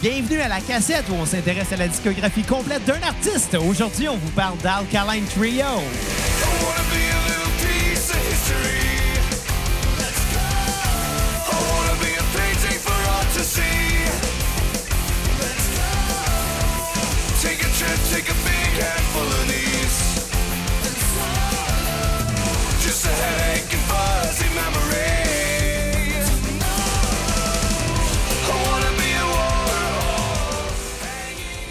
Bienvenue à la cassette où on s'intéresse à la discographie complète d'un artiste. Aujourd'hui, on vous parle d'Alkaline Trio. Take a big handful of these. Just a headache and fuzzy memories. I wanna be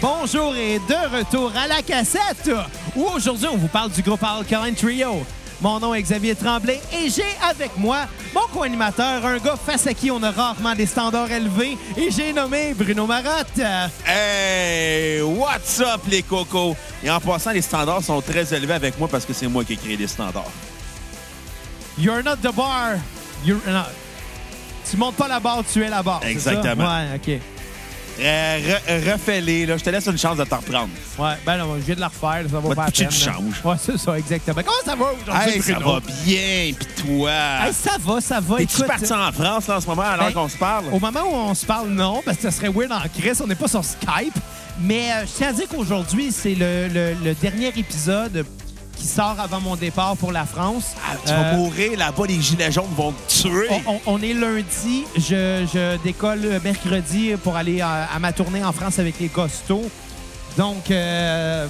a Bonjour et de retour à la cassette où aujourd'hui, on vous parle du groupe Alkaline Trio. Mon nom est Xavier Tremblay et j'ai avec moi mon co-animateur, un gars face à qui on a rarement des standards élevés, et j'ai nommé Bruno Marotte. Euh, Hey, what's up les cocos? Et en passant, les standards sont très élevés avec moi parce que c'est moi qui ai créé les standards. You're not the bar. You're not. Tu montes pas la barre, tu es la barre. c'est ça? Exactement. Ouais, Euh, re- Refais-les, là. Je te laisse une chance de t'en reprendre. ok. Ouais, ben non, je viens de la refaire, ça va Va pas te la pitcher peine. du là. change. Ouais, c'est ça, exactement. Comment ça va aujourd'hui, Hey, ça Bruno? va bien, pis toi? Hey, ça va, ça va. Es-tu Écoute, parti en France là, en ce moment alors ben, qu'on se parle? Au moment où on se parle, non, parce que ça serait weird en crise. On n'est pas sur Skype. Mais euh, je tiens à dire qu'aujourd'hui, c'est le, le- le dernier épisode qui sort avant mon départ pour la France. Ah, tu Euh, Oh, vas mourir là-bas, les gilets jaunes vont te tuer. On, on- on est lundi. Je, je décolle mercredi pour aller à, à ma tournée en France avec les Costauds. Donc, euh,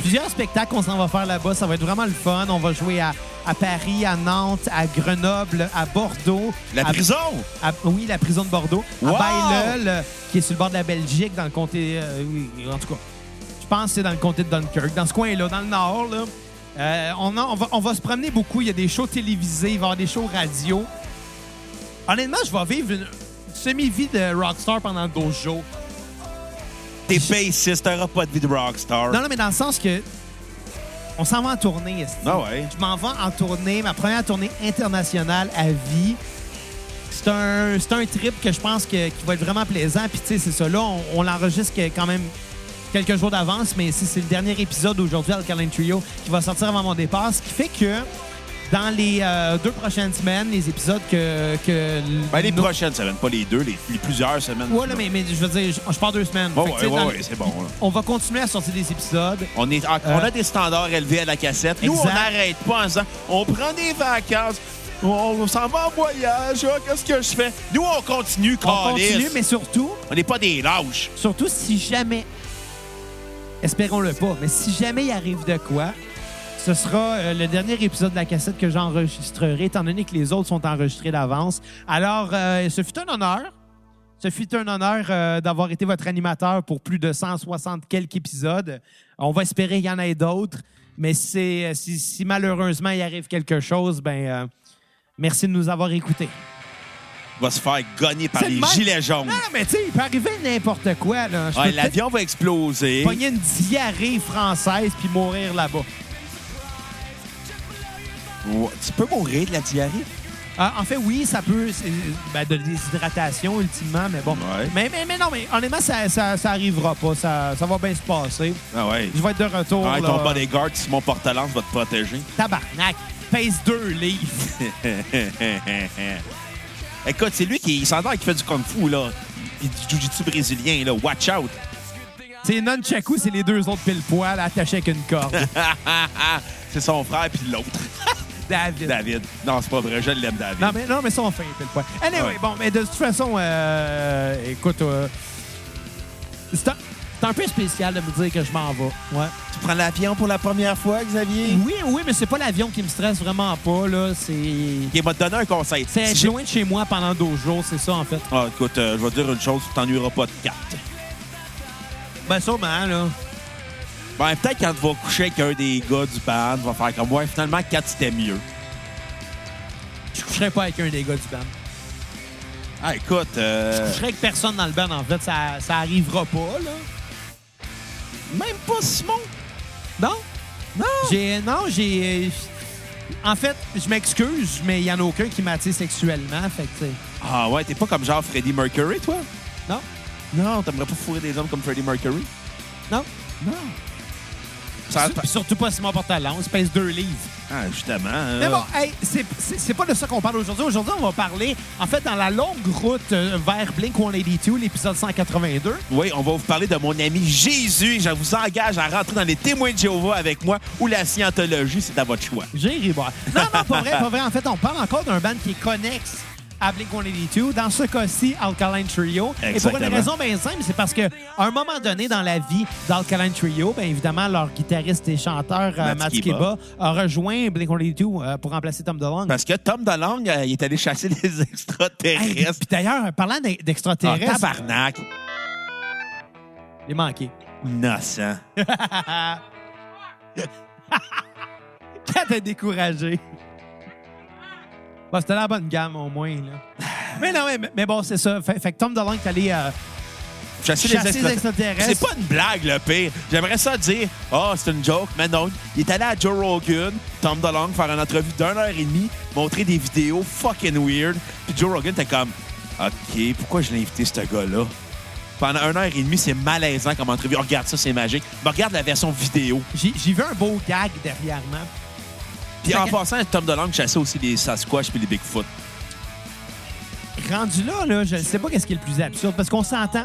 plusieurs spectacles qu'on s'en va faire là-bas. Ça va être vraiment le fun. On va jouer à, à Paris, à Nantes, à Grenoble, à Bordeaux. La à- prison! à- oui, la prison de Bordeaux. Wow! À Bailleul, euh, qui est sur le bord de la Belgique, dans le comté. euh, oui, en tout cas, je pense que c'est dans le comté de Dunkirk, dans ce coin-là, dans le nord. Là. Euh, on, a- on va, on va se promener beaucoup. Il y a des shows télévisés, il va y avoir des shows radio. Honnêtement, je vais vivre une semi-vie de rockstar pendant 12 jours. T'es bassiste, t'auras pas de vie de rockstar. Non, non, mais dans le sens que. On s'en va en tournée, esti. Ah ouais. Je m'en vais en tournée, ma première tournée internationale à vie. C'est un, c'est un trip que je pense que- qui va être vraiment plaisant. Puis, tu sais, c'est ça. Là, on, on l'enregistre que- quand même quelques jours d'avance, mais c'est, c'est le dernier épisode aujourd'hui, Alkaline Trio, qui va sortir avant mon départ. Ce qui fait que dans les euh, deux prochaines semaines, les épisodes que. que Ben, les nos- prochaines semaines, pas les deux, les, les plusieurs semaines. Ouais, là, mais, mais je veux dire, je, je pars deux semaines. Ouais, Fait que, tu sais, ouais, dans- ouais, ouais, c'est bon, là. On va continuer à sortir des épisodes. On, est, on a des standards élevés à la cassette. Nous, Exact. on n'arrête pas en disant on prend des vacances, on s'en va en voyage, ah, qu'est-ce que je fais? Nous, on continue, On câlisse. continue, mais surtout, On n'est pas des lâches. Surtout si jamais, espérons-le pas, mais si jamais il arrive de quoi, ce sera euh, le dernier épisode de la cassette que j'enregistrerai, étant donné que les autres sont enregistrés d'avance. Alors, euh, ce fut un honneur. Ce fut un honneur euh, d'avoir été votre animateur pour plus de 160 quelques épisodes. On va espérer qu'il y en ait d'autres, mais c'est, euh, si, si malheureusement il arrive quelque chose, ben euh, merci de nous avoir écoutés. On va se faire gagner par C'est les le même- gilets jaunes. Non, mais tu sais, il peut arriver n'importe quoi. Là. Je Ouais, peux peut-être L'avion va exploser. pogner une diarrhée française puis mourir là-bas. Ouais, Tu peux mourir de la diarrhée? Euh, en fait, oui, ça peut. c'est, Ben, de déshydratation, ultimement, mais bon. Ouais. Mais, mais, mais non, mais honnêtement, ça, ça, ça arrivera pas. Ça, ça va bien se passer. Ah ouais. Je vais être de retour. Ah, là. ton bodyguard, c'est mon porte-lance, va te protéger. Tabarnak. Pèse deux livres. Écoute, c'est lui qui il s'entend qu'il fait du kung-fu, là. Il du jiu-jitsu brésilien, là. Watch out. c'est non Chaku, c'est les deux autres pile poil attachés avec une corde. c'est son frère puis l'autre. David. David. Non, c'est pas vrai. Je l'aime, David. Non, mais, non, mais ça, on fait pile poil. Anyway, Ouais. bon, mais de toute façon, euh, écoute, euh, c'est un, c'est un peu spécial de me dire que je m'en vais. Ouais. Tu prends l'avion pour la première fois, Xavier? Oui, oui, mais c'est pas l'avion qui me stresse vraiment pas, là. C'est. Il m'a donné un conseil. C'est Si être j'ai- loin de chez moi pendant 12 jours, c'est ça, en fait. Ah, écoute, euh, je vais te dire une chose, tu t'ennuieras pas de carte. Ben, sûrement, là. Ben, peut-être quand tu vas coucher avec un des gars du band, tu vas faire comme, ouais, finalement, 4, c'était mieux. Je coucherais pas avec un des gars du band. Ah, écoute, Je euh, coucherais avec personne dans le band, en fait. Ça, ça arrivera pas, là. même pas Simon. Non? Non! J'ai. Non, j'ai. En fait, je m'excuse, mais il y en a aucun qui m'attire sexuellement, fait que, tu sais. Ah, ouais, t'es pas comme genre Freddie Mercury, toi? Non? Non, t'aimerais pas fourrer des hommes comme Freddie Mercury? Non? Non. Ça- Puis Surtout pas Simon Portalance, il pèse deux livres. Ah, justement. euh, Mais bon, hey, c'est- c'est c'est pas de ça qu'on parle aujourd'hui. Aujourd'hui, on va parler, en fait, dans la longue route euh, vers Blink 182, l'épisode 182. Oui, on va vous parler de mon ami Jésus. Je vous engage à rentrer dans les témoins de Jéhovah avec moi ou la scientologie, c'est à votre choix. J'ai ri boire. Non, non, pas vrai, pas vrai. En fait, on parle encore d'un band qui est connexe à Blink-182, dans ce cas-ci, Alkaline Trio. Et pour une Exactement. raison bien simple, c'est parce que à un moment donné dans la vie d'Alkaline Trio, bien évidemment, leur guitariste et chanteur, euh, Matt Matt Skiba, Skiba. a rejoint Blink-182 euh, pour remplacer Tom DeLonge. Parce que Tom DeLonge, euh, il est allé chasser les Hey, puis extraterrestres. puis d'ailleurs, parlant d'e- Ah, d'extraterrestres, tabarnak. il est manqué. Innocent. Quand t'es découragé. Bon, c'était la bonne gamme, au moins. Là. Mais non, mais, mais bon, c'est ça. Fait, fait que Tom DeLonge est allé... euh, Chasser, Chasser les extraterrestres. C'est pas une blague, le pire. J'aimerais ça dire, oh, c'est une joke, mais non. Il est allé à Joe Rogan, Tom DeLonge, faire une entrevue d'une heure et demie, montrer des vidéos fucking weird. Puis Joe Rogan était comme, OK, pourquoi je l'ai invité, ce gars-là? Pendant une heure et demie, c'est malaisant comme entrevue. Oh, regarde ça, c'est magique. Mais regarde la version vidéo. J'ai j'ai vu un beau gag derrière moi. Puis en Fait que- passant, Tom DeLonge chassait aussi les Sasquatch puis les Bigfoot. Rendu là, là je ne sais pas qu'est-ce qui est le plus absurde, parce qu'on s'entend,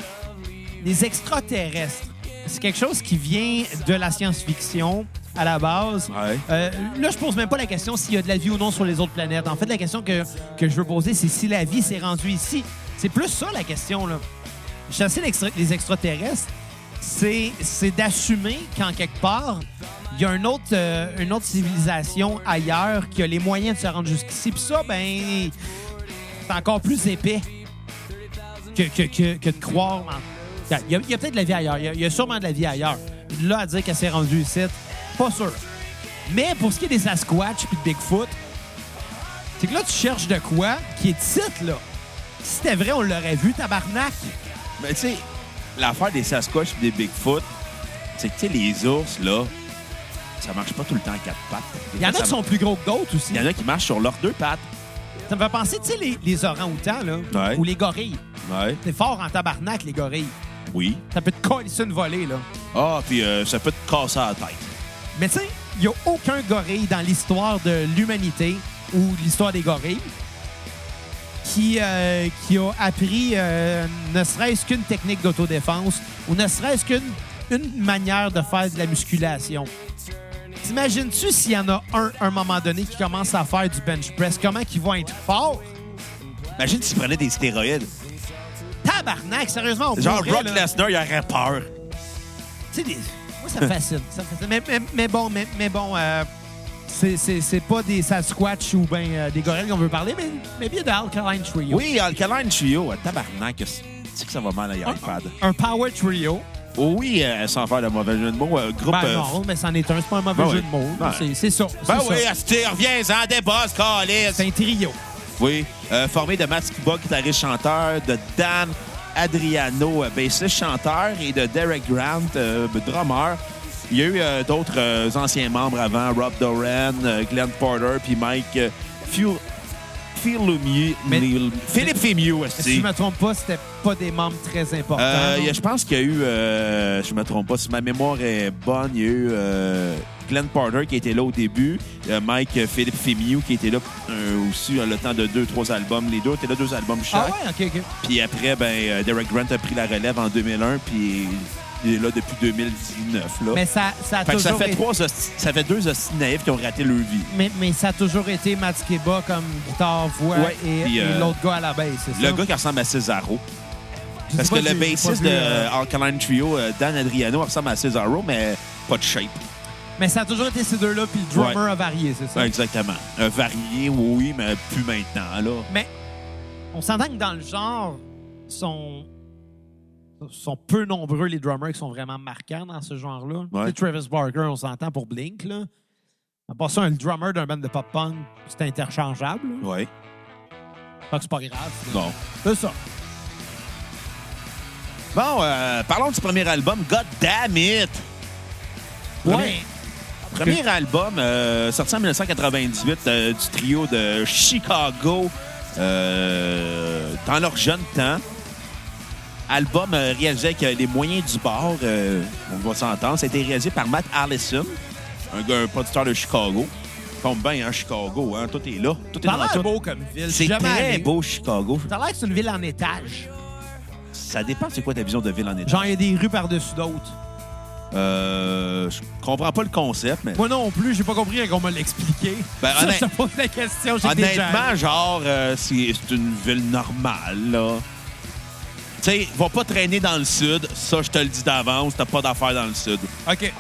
les extraterrestres, c'est quelque chose qui vient de la science-fiction à la base. Ouais. Euh, là, je pose même pas la question s'il y a de la vie ou non sur les autres planètes. En fait, la question que, que je veux poser, c'est si la vie s'est rendue ici. C'est plus ça la question, là. Chasser l'extra- les extraterrestres, c'est c'est d'assumer qu'en quelque part, il y a une autre, euh, une autre civilisation ailleurs qui a les moyens de se rendre jusqu'ici. Puis ça, ben, c'est encore plus épais que, que, que, que de croire. en- Il y a, il y a peut-être de la vie ailleurs. Il y a- il y, a sûrement de la vie ailleurs. De Là, à dire qu'elle s'est rendue ici, pas sûr. Mais pour ce qui est des Sasquatch puis de Bigfoot, c'est que là, tu cherches de quoi qui est titre, là. Si c'était vrai, on l'aurait vu, tabarnak. Mais tu sais, l'affaire des Sasquatch et des Bigfoot, c'est que tu sais, les ours, là, ça marche pas tout le temps à quatre pattes. Des Il y en a fois, qui ça- sont plus gros que d'autres aussi. Il y en a qui marchent sur leurs deux pattes. Ça me fait penser, tu sais, les, les orangs-outans, là, Ouais. ou les gorilles. Ouais. C'est fort en tabarnak, les gorilles. Oui. Ça peut te coller sur une volée, là. Ah, puis euh, ça peut te casser la tête. Mais tu sais, il n'y a aucun gorille dans l'histoire de l'humanité ou de l'histoire des gorilles qui, euh, qui a appris euh, ne serait-ce qu'une technique d'autodéfense ou ne serait-ce qu'une une manière de faire de la musculation. T'imagines-tu s'il y en a un, à un moment donné, qui commence à faire du bench press? Comment qu'ils vont être forts? Imagine s'ils prenaient des stéroïdes. Tabarnak! Sérieusement, on Genre, pourrait, Brock là. Lesnar, il aurait peur. Tu sais, des- moi, ça me fascine. ça me fascine. Mais, mais- mais bon, mais, mais bon, euh, c'est- c'est c'est pas des Sasquatch ou ben, euh, des gorilles qu'on veut parler, mais, mais bien de Alkaline Trio. Oui, Alkaline Trio, euh, tabarnak. que c'est- Tu sais que ça va mal à Ah. l'iPad. Un Power Trio. Oh oui, euh, sans faire de mauvais jeu de mots, euh, groupe... Ben euh, non, mais c'en est un. C'est pas un mauvais Ben jeu oui. de mots. Ben. C'est- C'est ça. Ben c'est oui, ça. Asti, reviens-en, débosse, calice! C'est un trio. Oui, euh, formé de Matt Skiba, guitariste chanteur, de Dan Adriano, euh, bassiste chanteur, et de Derek Grant, euh, drummer. Il y a eu euh, d'autres euh, anciens membres avant, Rob Doran, euh, Glenn Porter, puis Mike euh, Fiu- Filumi- Mais- Lil- Philippe Femieux, Si aussi. je me trompe pas, c'était pas des membres très importants. Euh, il y a- je pense qu'il y a eu, euh, je me trompe pas, si ma mémoire est bonne, il y a eu euh, Glenn Porter qui était là au début, euh, Mike euh, Philippe Fémiou qui était là euh, aussi euh, le temps de deux, trois albums. Les deux étaient là, deux albums ah chaque. ouais, ok, ok. Puis après, ben, euh, Derek Grant a pris la relève en 2001, puis il est là depuis 2019. Là. Mais ça, ça a Fait que ça toujours fait, été- trois hosties- ça fait deux hosties naïfs qui ont raté leur vie. mais, mais ça a toujours été Matt Skiba comme guitare, voix Ouais, et, puis, et euh, l'autre gars à la baisse, c'est ça? Le gars qui ressemble à Cesaro. Je sais Parce pas que si le j'ai pas bassiste vu, de euh, euh, Alkaline Trio, euh, Dan Adriano, ressemble à Cesaro, mais pas de shape. Mais ça a toujours été ces deux-là, puis le drummer Ouais. a varié, c'est ça? Ouais, exactement. Euh, varié, oui, mais plus maintenant, là. Mais on s'entend que dans le genre, sont sont peu nombreux les drummers qui sont vraiment marquants dans ce genre-là. Ouais. Tu sais, Travis Barker, on s'entend pour Blink, là. En passant, un drummer d'un band de pop-punk, c'est interchangeable. là. Oui. Fait que c'est pas grave. là. Non. C'est ça. Bon, euh, parlons du premier album, God Damn It! Premier- Ouais. Premier album euh, sorti en 1998 euh, du trio de Chicago euh, dans leur jeune temps. album euh, réalisé avec euh, les moyens du bord, euh, on va s'entendre. Ça a été réalisé par Matt Allison, un gars, un producteur de Chicago. Tombe bien, hein, Chicago, hein? Tout est là. Tout est Ça a dans l'air tout. beau comme ville. C'est Jamais très allé. beau, Chicago. Ça a l'air que c'est une ville en étage. Ça dépend c'est quoi ta vision de ville en état. Genre, il y a des rues par-dessus d'autres. Euh, je comprends pas le concept, mais... Moi non plus, j'ai pas compris quand on me l'expliqué. Ben, ça, honnête- je te pose la question. j'ai déjà Honnêtement, allé. genre, euh, c'est c'est une ville normale, là. Tu sais, va pas traîner dans le sud. Ça, je te le dis d'avance, t'as pas d'affaires dans le sud. OK. Tu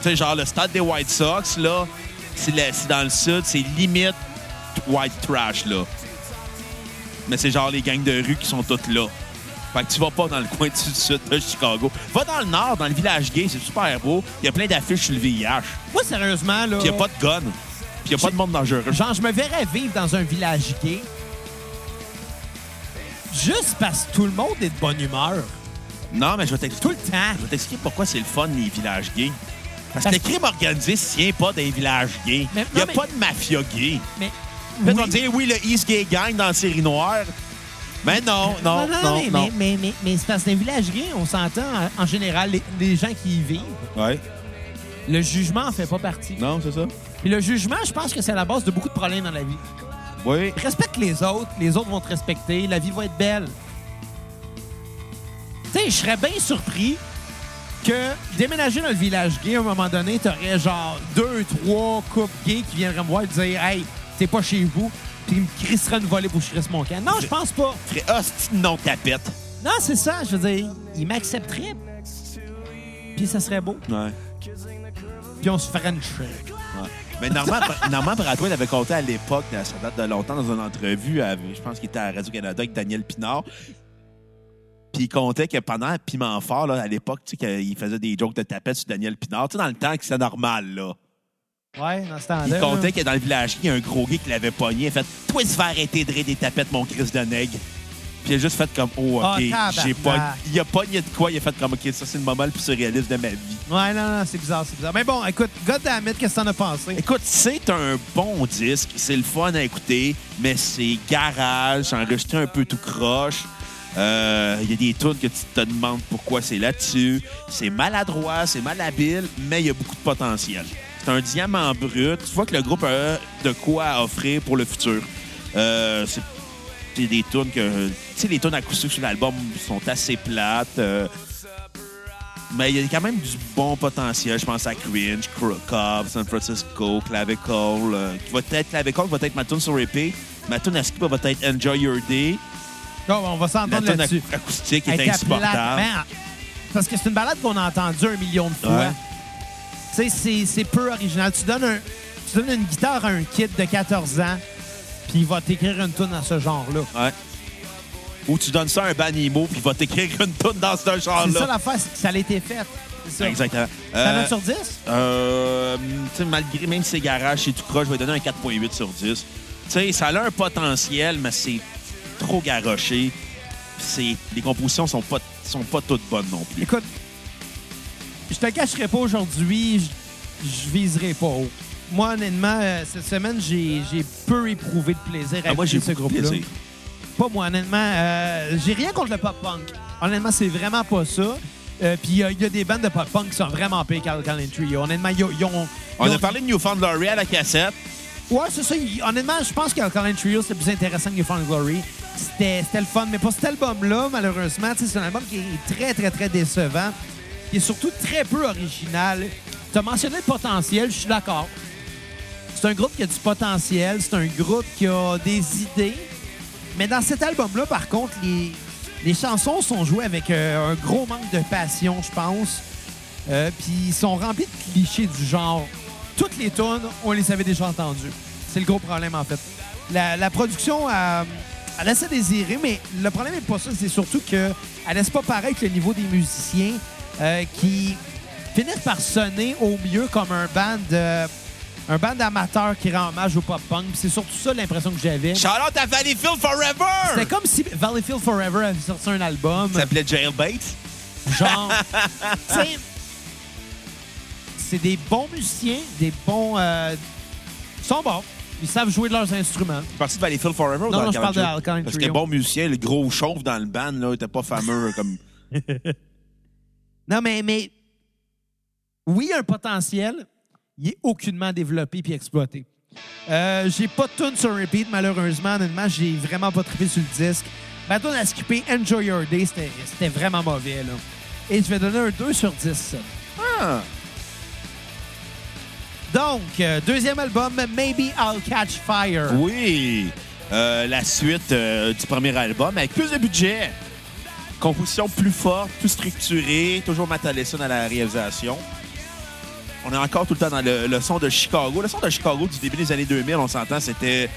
sais, genre, le stade des White Sox, là, c'est la- c'est dans le sud, c'est limite white trash, là. Mais c'est genre les gangs de rue qui sont toutes là. Fait que tu vas pas dans le coin du sud de Chicago. Va dans le nord, dans le village gay, c'est super beau. Il y a plein d'affiches sur le VIH. Moi, sérieusement, là... Puis il a pas de gun. Puis il a pas de monde dangereux. Genre, je me verrais vivre dans un village gay juste parce que tout le monde est de bonne humeur. Non, mais je vais t'expliquer. Tout le temps. Je vais t'expliquer pourquoi c'est le fun, les villages gays. Parce que Parce- le crime organisé ne se tient pas des villages gays. Mais- Il n'y a non, mais- pas de mafia gay. Mais... Là, tu Oui. vas me dire, oui, le East Gay Gang dans la série noire. Mais non, non, non, non. mais, mais- mais- mais- mais c'est parce que dans les villages gays, on s'entend en- en général, les, les gens qui y vivent, Ouais. le jugement en fait pas partie. Non, c'est ça. Puis le jugement, je pense que c'est la base de beaucoup de problèmes dans la vie. Oui. Respecte les autres, les autres vont te respecter, la vie va être belle. Tu sais, je serais bien surpris que déménager dans le village gay, à un moment donné, t'aurais genre deux, trois couples gays qui viendraient me voir et dire Hey, t'es pas chez vous, puis ils me crisseraient une volée pour que je crisse mon camp. Non, je pense pas. Très hostie de non tapette. Non, c'est ça, je veux dire, ils m'accepteraient, puis ça serait beau, Ouais. puis on se frencherait. Mais Normand, Normand Bratois l'avait compté à l'époque, dans- ça date de longtemps, dans une entrevue, avec- je pense qu'il était à Radio-Canada avec Daniel Pinard. Puis il comptait que pendant Piment Fort, là, à l'époque, tu sais, qu'il faisait des jokes de tapette sur Daniel Pinard, tu sais, dans le temps que c'était normal, là. Ouais, dans ce temps-là. Il là. comptait que dans le village, il y a un gros gars qui l'avait pogné. Il a fait Toi, tu vas arrêter de rire des tapettes, mon Chris de nègre. Puis il a juste fait comme Oh, Ah, OK, j'ai tabarnak. pas. Il a pogné de quoi Il a fait comme OK, ça, c'est le moment le plus surréaliste de ma vie. Ouais, non, non, c'est bizarre, c'est bizarre. Mais bon, écoute, goddammit, qu'est-ce que t'en as pensé? Écoute, c'est un bon disque. C'est le fun à écouter, mais c'est garage. C'est enregistré un peu tout croche. Euh, Il y a des tunes que tu te demandes pourquoi c'est là-dessus. C'est maladroit, c'est malhabile, mais il y a beaucoup de potentiel. C'est un diamant brut. Tu vois que le groupe a de quoi à offrir pour le futur. Euh, c'est c'est des tunes que. Tu sais, les tunes acoustiques sur l'album sont assez plates. euh, mais il y a quand même du bon potentiel. Je pense à Cringe, Cro- Cobb, San Francisco, Clavicle. euh, qui va être Clavicle va être ma tune sur repeat. Ma tune à skipper va être Enjoy Your Day. Non, on va La s'entendre tune là-dessus. ac- acoustique Elle était est plate, insupportable. man. Parce que c'est une balade qu'on a entendue un million de fois. Ouais. Tu sais, c'est- c'est peu original. Tu donnes, un, tu donnes une guitare à un kid de 14 ans, puis il va t'écrire une tune dans ce genre-là. Ouais. Ou tu donnes ça à un banimo puis il va t'écrire une tune dans ce C'est ça genre-là. l'affaire, c'est que ça a été fait. C'est ça. Exactement. Ça Euh, note sur 10? Euh, tu sais, malgré même si c'est garage, c'est tout croche, je vais donner un 4.8 sur 10. Tu sais, ça a un potentiel, mais c'est trop garoché. C'est les compositions sont pas sont pas toutes bonnes non plus. Écoute, je te cacherai pas aujourd'hui, je- je viserai pas haut. Moi, honnêtement, euh, cette semaine, j'ai j'ai peu éprouvé de plaisir à Ah, moi j'ai écouter ce beaucoup de groupe-là. plaisir. Pas moi, honnêtement. Euh, j'ai rien contre le pop-punk. Honnêtement, c'est vraiment pas ça. Euh, Puis il y a des bandes de pop-punk qui sont vraiment pires qu'Alkaline Trio. Honnêtement, ils ont- ils ont... On ils ont- a parlé de Newfound Glory à la cassette. Ouais, c'est ça. Ils- Honnêtement, je pense qu'Alkaline Trio, c'était plus intéressant que Newfound Glory. C'était c'était le fun. Mais pas cet album-là, malheureusement. Tu sais, C'est un album qui est très, très, très décevant. Qui est surtout très peu original. Tu as mentionné le potentiel, je suis d'accord. C'est un groupe qui a du potentiel. C'est un groupe qui a des idées. Mais dans cet album-là, par contre, les, les chansons sont jouées avec euh, un gros manque de passion, je pense. Euh, Puis ils sont remplis de clichés du genre. Toutes les tunes, on les avait déjà entendues. C'est le gros problème, en fait. La, la production a, a laissé désirer, mais le problème n'est pas ça. C'est surtout qu'elle laisse pas paraître le niveau des musiciens euh, qui finissent par sonner au mieux comme un band, euh, un band d'amateurs qui rend hommage au pop-punk. Puis C'est surtout ça l'impression que j'avais. Charlotte à Valleyfield C'était Forever! comme si Valleyfield Forever avait sorti un album. Ça s'appelait Jailbait. Genre. tu sais, C'est des bons musiciens, des bons. euh, ils sont bons. Ils savent jouer de leurs instruments. parti de Valleyfield Forever Non, ou dans non, le je parle de Caliban Trio? Alkaline Parce que Trio. bon musicien, le gros chauve dans le band, là, était pas fameux comme. Non, mais, mais oui, il y a un potentiel. Il est aucunement développé puis exploité. Euh, j'ai pas de tune sur repeat, malheureusement. Honnêtement, j'ai vraiment pas trippé sur le disque. Ma tune à skipper, Enjoy Your Day, c'était c'était vraiment mauvais. Là. Et je vais donner un 2 sur 10. ça. Ah! Donc, euh, deuxième album, Maybe I'll Catch Fire. Oui! Euh, la suite euh, du premier album avec plus de budget. Composition plus forte, plus structurée, toujours Matt Allison à la réalisation. On est encore tout le temps dans le, le son de Chicago. Le son de Chicago du début des années 2000, on s'entend, c'était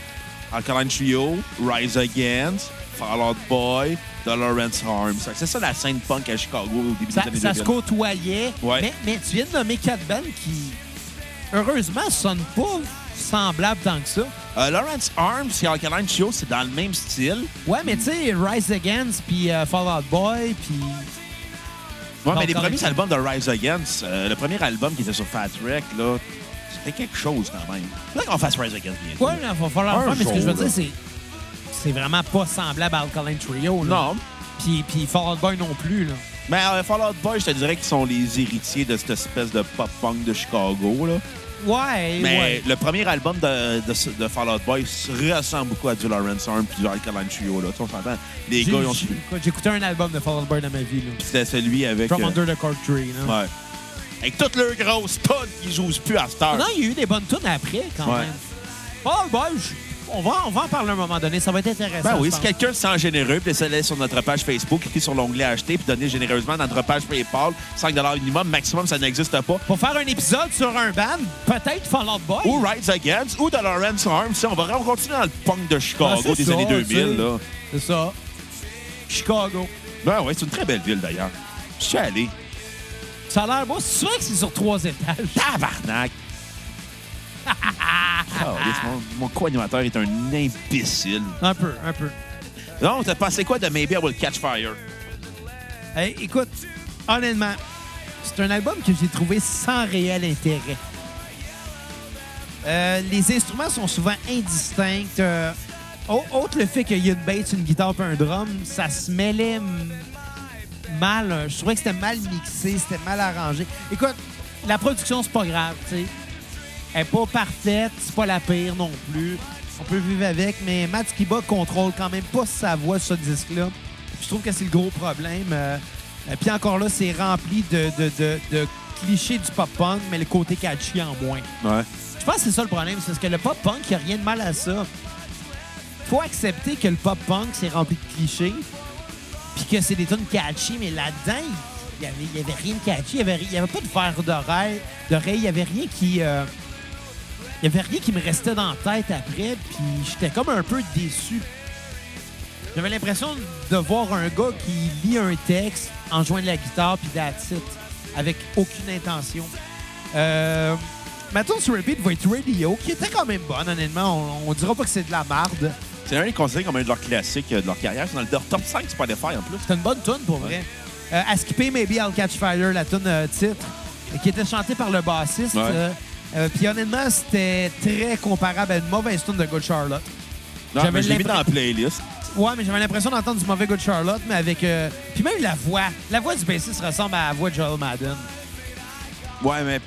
Alkaline Trio, Rise Against, Fall Out Boy, The Lawrence Harms. Fait que C'est ça la scène punk à Chicago au début Ça, des années ça 2000. se côtoyait. Ouais. Mais, mais tu viens de nommer quatre bandes qui, heureusement, sonnent pas semblables tant que ça. Euh, Lawrence Arms et Alkaline Trio, c'est dans le même style. Ouais, mais tu sais, Rise Against, puis euh, Fall Out Boy, puis... Ouais, Donc, mais les quand premiers même. albums de Rise Against, euh, le premier album qui était sur Fat Wreck, là, c'était quelque chose quand même. Faudrait qu'on fasse Rise Against bientôt. Ouais, il va falloir Un le faire, mais ce que je veux jour, dire, c'est... C'est vraiment pas semblable à Alkaline Trio, là. Non. Puis, puis Fall Out Boy non plus, là. Mais euh, Fall Out Boy, je te dirais qu'ils sont les héritiers de cette espèce de pop-punk de Chicago. Là. Ouais, Mais ouais. le premier album de, de, ce- de Fall Out Boy se ressemble beaucoup à du Lawrence Arms puis du Alkaline Trio. Là. Tu sais, on s'entend. Les J'ai- gars, ils ont j'ai- suivi. écoute, J'ai écouté un album de Fall Out Boy dans ma vie, là. C'était celui avec. From euh, Under the Cork Tree, là. ouais. Avec toutes leurs grosses potes qui jouent plus à cette heure. Non, il y a eu des bonnes tunes après, quand Ouais. même. Fall Out Boy, je- on va, on va en parler à un moment donné. Ça va être intéressant. Ben oui, je si pense. quelqu'un se sent généreux, puis laissez-le sur notre page Facebook, cliquez sur l'onglet acheter, puis donnez généreusement dans notre page PayPal, 5 minimum, maximum, ça n'existe pas. Pour faire un épisode sur un band, peut-être Fall Out Boy. Ou Rides Against, ou de Lawrence Arms. Tu sais, On va continuer dans le punk de Ah, Chicago c'est des ça, années tu sais. 2000. Là. C'est ça. Chicago. Ben oui, c'est une très belle ville d'ailleurs. Je suis allé. Ça a l'air beau. C'est vrai que c'est sur trois étages. Tabarnak! Caliste, mon, mon co-animateur est un imbécile. Un peu, un peu. Non, t'as pensé quoi de Maybe I Will Catch Fire? Hey, écoute, honnêtement, c'est un album que j'ai trouvé sans réel intérêt. Euh, les instruments sont souvent indistincts. Euh, au- autre le fait qu'il y a une bass, une guitare et un drum, ça se mêlait m- mal. Euh, Je trouvais que c'était mal mixé, c'était mal arrangé. Écoute, la production, c'est pas grave, tu sais. Elle est pas parfaite, c'est pas la pire non plus. On peut vivre avec, mais Matt Skiba contrôle quand même pas sa voix sur ce disque-là. Puis Je trouve que c'est le gros problème. Euh, euh, puis encore là, c'est rempli de, de- de- de clichés du pop-punk, mais le côté catchy en moins. Ouais. Je pense que c'est ça le problème, c'est parce que le pop-punk, il n'y a rien de mal à ça. faut accepter que le pop-punk, c'est rempli de clichés, puis que c'est des tunes catchy, mais là-dedans, il n'y avait, il y avait rien de catchy, il n'y avait, ri- il y avait pas de verre d'oreille, d'oreille, il n'y avait rien qui... euh, il n'y avait rien qui me restait dans la tête après, puis j'étais comme un peu déçu. J'avais l'impression de voir un gars qui lit un texte en jouant de la guitare, puis that's it, avec aucune intention. Euh, ma tune sur repeat va être Radio, qui était quand même bonne, honnêtement. On, on dira pas que c'est de la marde. C'est un des conseils comme un de leurs classiques euh, de leur carrière. C'est dans le top 5 Spotify en plus. C'est une bonne tune pour vrai. Euh, à skipper, Maybe I'll Catch Fire, la tune euh, titre, euh, qui était chantée par le bassiste. Ouais. euh, euh, Puis honnêtement, c'était très comparable à une mauvaise tune de Good Charlotte. Non, J'avais mais je l'ai mis dans l'impr- la playlist. Ouais, mais j'avais l'impression d'entendre du mauvais Good Charlotte, mais avec. euh, Puis même la voix. La voix du bassiste ressemble à la voix de Joel Madden. Ouais, mais.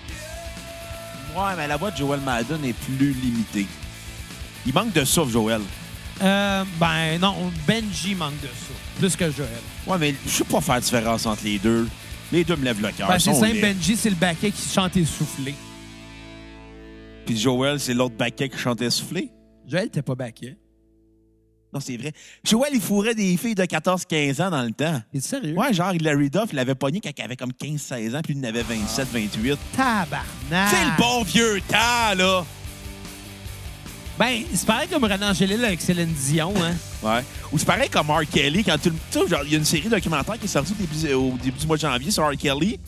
Ouais, mais la voix de Joel Madden est plus limitée. Il manque de souffle, Joel. Euh, ben non, Benji manque de ça, plus que Joel. Ouais, mais je sais pas faire la différence entre les deux. Les deux me lèvent le cœur. Ben, Ils c'est sont simple, laids. Benji, c'est le baquet qui chante essoufflé. Puis Joel, c'est l'autre baquet qui chantait soufflé. Joel, t'es pas hein? baquet. Non, c'est vrai. Joel, il fourrait des filles de 14-15 ans dans le temps. T'es sérieux? Ouais, genre, Larry Duff, il l'avait pogné quand il avait comme 15-16 ans, puis il en avait 27-28. Tabarnak! C'est le bon vieux temps, là! Ben, c'est pareil comme Renan Angélil avec Céline Dion, hein? Ouais. Ou c'est pareil comme R. Kelly, quand tout le. Tu sais, genre, il y a une série documentaire qui est sortie au début, au début du mois de janvier sur R. Kelly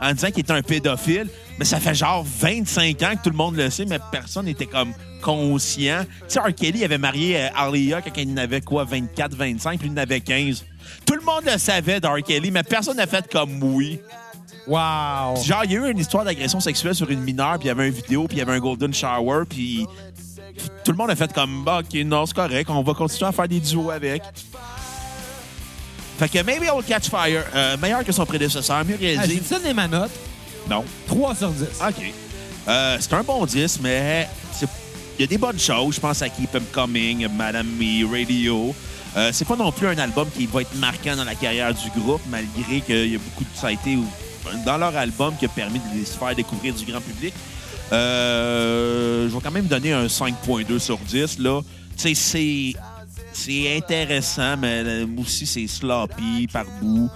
en disant qu'il était un pédophile. Mais ça fait genre 25 ans que tout le monde le sait, mais personne n'était comme conscient. Tu sais, R. Kelly avait marié euh, Alia quand il en avait quoi, 24, 25, puis il en avait 15. Tout le monde le savait de R. Kelly, mais personne n'a fait comme oui. Wow! Genre, il y a eu une histoire d'agression sexuelle sur une mineure, puis il y avait une vidéo, puis il y avait un golden shower, puis Puis tout le monde a fait comme, bah, OK, non, c'est correct, on va continuer à faire des duos avec. Fait que Maybe I'll Catch Fire, euh, meilleur que son prédécesseur, mieux Ah, J'ai réalisé. dit ça dans ma note. non. 3 sur 10. Ah, OK. Euh, c'est un bon 10, mais c'est- il y a des bonnes choses. Je pense à Keep 'Em Coming, Madame Me, Radio. Euh, c'est pas non plus un album qui va être marquant dans la carrière du groupe, malgré qu'il y a beaucoup de sociétés ou- dans leur album qui a permis de les faire découvrir du grand public. Euh, je vais quand même donner un 5.2 sur 10. Là. Tu sais, c'est, c'est intéressant, mais euh, aussi c'est sloppy par bout.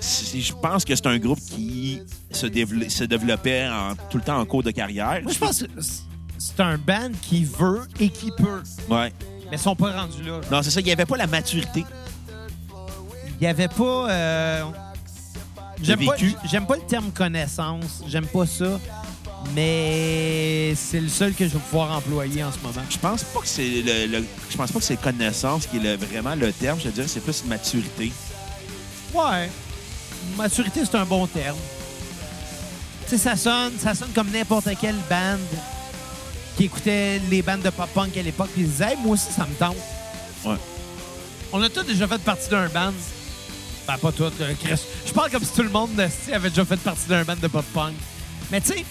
C'est- Je pense que c'est un groupe qui se, dévelop- se développait en- tout le temps en cours de carrière. Moi, je pense que c'est- c'est un band qui veut et qui peut, Ouais. mais ils sont pas rendus là. Non, c'est ça. Il n'y avait pas la maturité. Il y avait pas. euh, J'aime pas, vécu. j'aime pas le terme connaissance, j'aime pas ça, mais c'est le seul que je vais pouvoir employer en ce moment. Je pense pas que c'est le, le- je pense pas que c'est connaissance qui est le- vraiment le terme. Je dirais que c'est plus une maturité. Ouais. Maturité, c'est un bon terme. Tu sais, ça sonne, ça sonne comme n'importe quelle band qui écoutait les bandes de pop-punk à l'époque et disait Hey, moi aussi, ça me tente. Ouais. On a tous déjà fait partie d'un band. Ben, pas tous. euh, Chris. Je parle comme si tout le monde euh, si, avait déjà fait partie d'un band de pop-punk. Mais tu sais,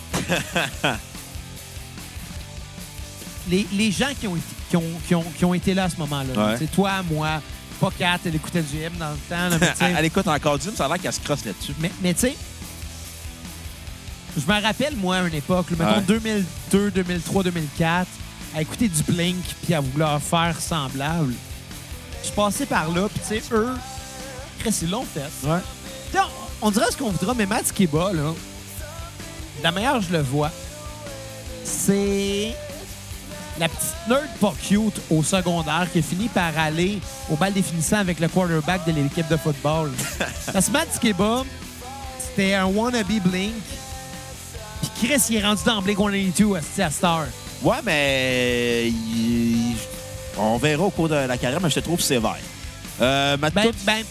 les, les gens qui ont, été, qui, ont, qui, ont, qui ont été là à ce moment-là, Ouais. c'est toi, moi, pas Kat, elle écoutait du hymne dans le temps. là, mais tu sais- Elle écoute encore d'une, ça a l'air qu'elle se crosse là-dessus. mais, mais tu sais, je me rappelle, moi, à une époque, là, mettons Ouais. 2002, 2003, 2004, à écouter du Blink puis à vouloir faire semblable. Je passais par là, puis tu sais, eux, Chris, ils l'ont fait. Ouais. Tu sais, On, on dirait ce qu'on voudra, mais Matt Skiba, là, de la meilleure je le vois, c'est la petite nerd pas cute au secondaire qui finit par aller au bal définissant avec le quarterback de l'équipe de football. Parce que Matt Skiba, c'était un wannabe Blink. Puis Chris, il est rendu dans Blink 182 à Star. Ouais, mais il- on verra au cours de la carrière, mais je te trouve sévère. Euh, ma Ben, toute- ben,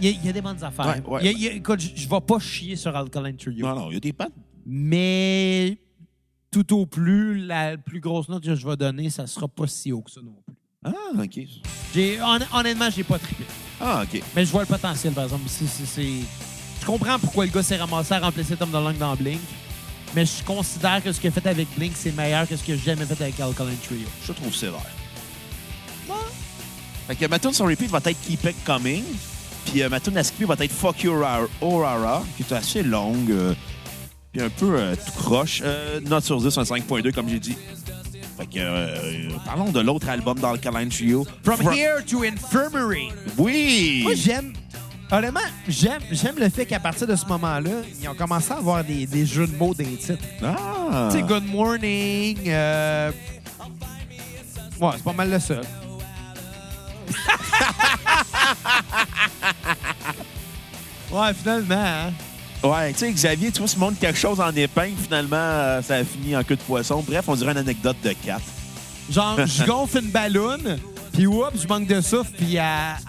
il y, a- il y a des bonnes affaires. Ouais, ouais. Il y a- il y a- écoute, je je vais pas chier sur Alkaline Trio. Non, non, il y a des pattes. Mais tout au plus, la plus grosse note que je vais donner, ça sera pas si haut que ça non plus. Ah, OK. J'ai, hon- honnêtement, j'ai pas trippé. Ah, OK. Mais je vois le potentiel, par exemple. C'est- c'est- c'est- Je comprends pourquoi le gars s'est ramassé à remplacer Tom DeLonge dans Blink. Mais je considère que ce qu'il a fait avec Blink, c'est meilleur que ce qu'il a jamais fait avec Alkaline Trio. Je te trouve sévère. Fait que ma tune sur repeat va être Keep It Coming. Puis euh, ma tune à skipper va être Fuck Your Aur- Aurora, qui est assez longue. euh, puis un peu euh, tout croche. Euh, note sur 10, un 5.2, comme j'ai dit. Fait que euh, parlons de l'autre album dans le Caline Trio. From, here to infirmary. Oui! Moi, j'aime. Honnêtement, j'aime, j'aime le fait qu'à partir de ce moment-là, ils ont commencé à avoir des, des jeux de mots des titres. ah! Tu sais, Good Morning. euh, Ouais, c'est pas mal le seul. ouais, finalement. hein. Ouais, tu sais, Xavier, tu vois, ce monde quelque chose en épingle, finalement, euh, ça a fini en queue de poisson. Bref, on dirait une anecdote de 4. Genre, je gonfle une ballonne, puis oups, je manque de souffle, puis elle,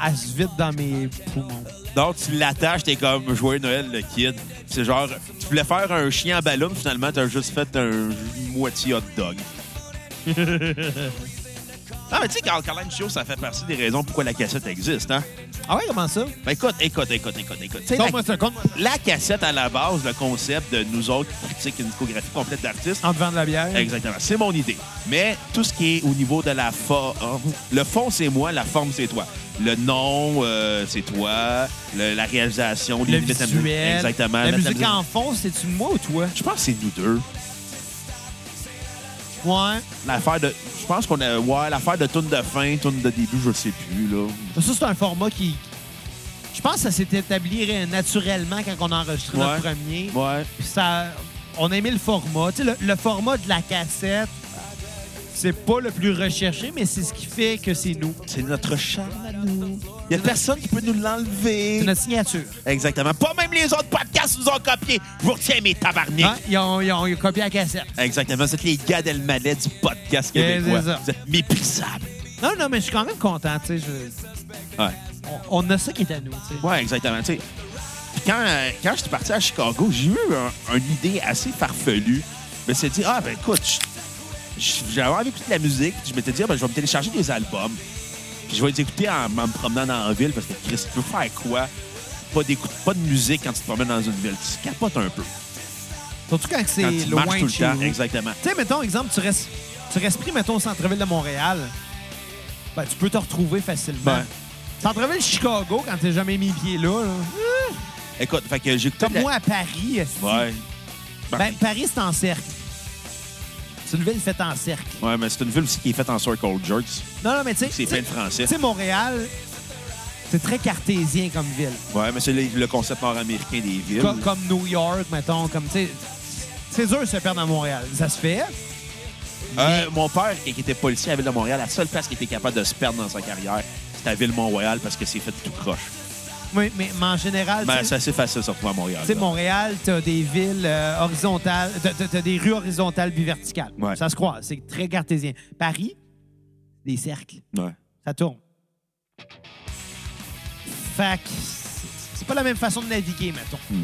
elle se vide dans mes poumons. Donc, tu l'attaches, t'es comme Joyeux Noël, le kid. C'est genre, tu voulais faire un chien en ballon, finalement, t'as juste fait un moitié hot dog. non, mais tu sais, Carl Caline Show, ça fait partie des raisons pourquoi la cassette existe, hein? Ah ouais, comment ça? Ben, écoute, écoute, écoute, écoute, écoute. Tu sais, la, Compte-moi ça, compte-moi ça. la cassette, à la base, le concept de nous autres qui critiquent une discographie complète d'artistes, En devant de la bière. Exactement. C'est mon idée. Mais tout ce qui est au niveau de la forme, le fond, c'est moi, la forme, c'est toi. Le nom, euh, c'est toi. Le- la réalisation, Le les limites à- visuel. Exactement. La Mettre musique en fond, c'est-tu moi ou toi? Je pense que c'est nous deux. Ouais. L'affaire de. Je pense qu'on a. Ouais, l'affaire de tune de fin, tune de début, je sais plus, là. Ça, c'est un format qui. Je pense que ça s'est établi euh, naturellement quand on a enregistré notre Ouais. premier. Ouais. Puis ça, on a aimé le format. Tu sais, le, le format de la cassette, c'est pas le plus recherché, mais c'est ce qui fait que c'est nous. C'est notre charme à nous. Il n'y a personne qui peut nous l'enlever. C'est notre signature. Exactement. Pas même les autres podcasts nous ont copiés. Je vous retiens, mes tabarniques. Hein? Ils, ont, ils ont- ils ont copié la cassette. Exactement. C'est les gars d'Elmalais du podcast Yeah, Eh, québécois. c'est ça. Vous êtes mépissables. Non, non, mais je suis quand même content. tu sais, je- Ouais. on, on a ça qui est à nous. tu sais. Ouais, exactement. Tu sais, puis quand, euh, quand je suis parti à Chicago, j'ai eu un- une idée assez farfelue. Je me suis dit, ah, ben écoute, je- j'avais envie d'écouter de la musique, puis je m'étais dit, Ah, ben, je vais me télécharger des albums, puis je vais les écouter en, en me promenant dans la ville, parce que Chris, tu peux faire quoi? Pas, d'écoute, pas de musique quand tu te promènes dans une ville. Tu te capotes un peu. Surtout quand c'est Quand tu loin marches de tout le chez temps, vous. exactement. Tu sais, mettons, exemple, tu restes, tu restes pris, mettons, au centre-ville de Montréal. Ben, tu peux te retrouver facilement. Ben. Centre-ville de Chicago, quand t'as jamais mis pied là. là. Écoute, fait que j'ai écouté. Comme de la- moi à Paris. esti. Ouais. Ben, Paris, c'est en cercle. C'est une ville faite en cercle. Ouais, mais c'est une ville aussi qui est faite en circle jerks. Non, non, mais tu sais. C'est tu sais- plein de Français. Tu sais, Montréal, c'est très cartésien comme ville. Ouais, mais c'est le, le concept nord-américain des villes. Comme, comme New York, mettons. Comme, tu sais. C'est dur de se perdre à Montréal. Ça se fait. Euh, mon père, qui qui était policier à la ville de Montréal, la seule place qu'il était capable de se perdre dans sa carrière, c'était la ville Mont-Royal parce que c'est fait tout croche. Mais, mais, mais en général, Mais Ah, tu sais- c'est assez facile de se retrouver à Montréal. Tu sais, là. Montréal, t'as des villes euh, horizontales, t'as- t'as t'as des rues horizontales puis verticales. Ouais. Ça se croise, c'est très cartésien. Paris, des cercles, Ouais. ça tourne. Fait que c'est c'est pas la même façon de naviguer, mettons. Hmm.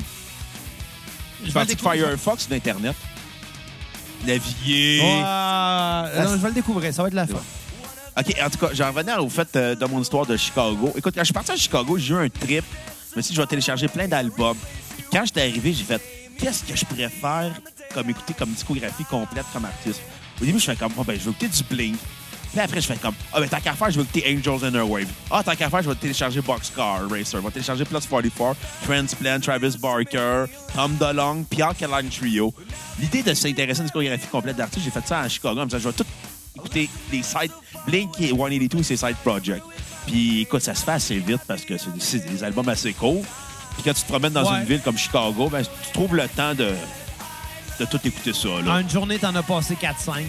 Je Je vais le pensais que découvrir. Firefox d'Internet. Naviguer. Ouais, non, je vais le découvrir, ça va être de la fun. OK, en tout cas, j'en revenais au fait euh, de mon histoire de Chicago. Écoute, quand je suis parti à Chicago, j'ai eu un trip. Je me suis dit, je vais télécharger plein d'albums. Puis Quand j'étais arrivé, j'ai fait, qu'est-ce que je préfère comme écouter comme discographie complète comme artiste? Au début, je fais comme, oh, ben, je vais écouter du Blink. Puis après, je fais comme, ah, ben, tant qu'à faire, je vais écouter Angels and Airwaves. Ah, tant qu'à faire, je vais télécharger Boxcar Racer. Je vais télécharger Plus 44, Transplant, Travis Barker, Tom DeLonge, Pierre Calan Trio. L'idée de s'intéresser à une discographie complète d'artistes, j'ai fait ça à Chicago en me disant, je vais tout écouter les sites Blink et 182 et ses side projects. Puis écoute, ça se fait assez vite parce que c'est des, c'est des albums assez courts. Puis quand tu te promènes dans Ouais. une ville comme Chicago, ben, tu trouves le temps de, de tout écouter ça. En Là. une journée, t'en as passé 4-5.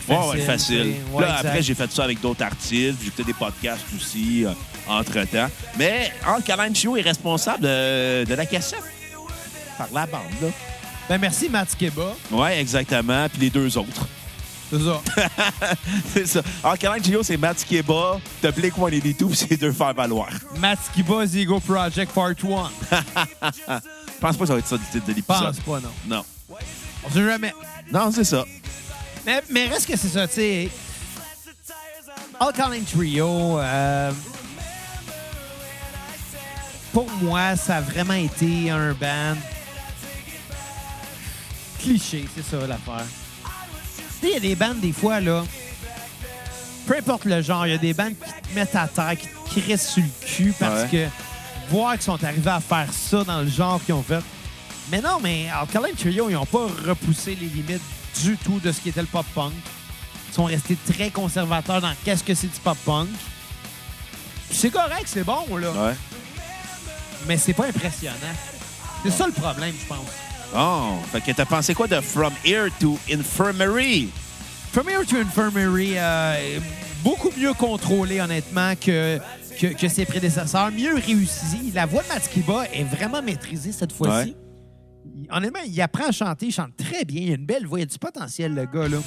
Ouais, ouais, tu facile. sais. Puis Ouais, là, exact. après, j'ai fait ça avec d'autres artistes. J'ai écouté des podcasts aussi euh, entre-temps. Mais Al Calancio est responsable euh, de, de la cassette par la bande. Là. Ben, merci, Matt Keba. Ouais, exactement. Puis les deux autres. C'est ça. c'est ça. Al Calancio, c'est Matt Keba, de Blink 182 puis c'est deux faire valoir. Matt Keba, Zigo Project Part 1. Je pense pas que ça va être ça le titre de l'épisode. Pense pas, non. Non. On sait jamais. Non, c'est ça. Mais, mais reste que c'est ça, tu sais. All Calling Trio, euh, pour moi, ça a vraiment été un band cliché, c'est ça l'affaire. Tu sais, il y a des bands, des fois, là, peu importe le genre, il y a des bands qui te mettent à terre, qui te crissent sur le cul parce Ouais. que voir qu'ils sont arrivés à faire ça dans le genre qu'ils ont fait. Mais non, mais Alkaline Trio, ils n'ont pas repoussé les limites du tout de ce qui était le pop-punk. Ils sont restés très conservateurs dans qu'est-ce que c'est du pop-punk. Puis C'est correct, c'est bon, là. Ouais. Mais c'est pas impressionnant. C'est ça le problème, je pense. Oh, fait que t'as pensé quoi de From Here to Infirmary? From Here to Infirmary, euh, beaucoup mieux contrôlé, honnêtement, que, que, que ses prédécesseurs. Mieux réussi. La voix de Matskiba est vraiment maîtrisée cette fois-ci. Ouais. Il- Honnêtement, il apprend à chanter. Il chante très bien. Il a une belle voix. Il a du potentiel, le gars. Là.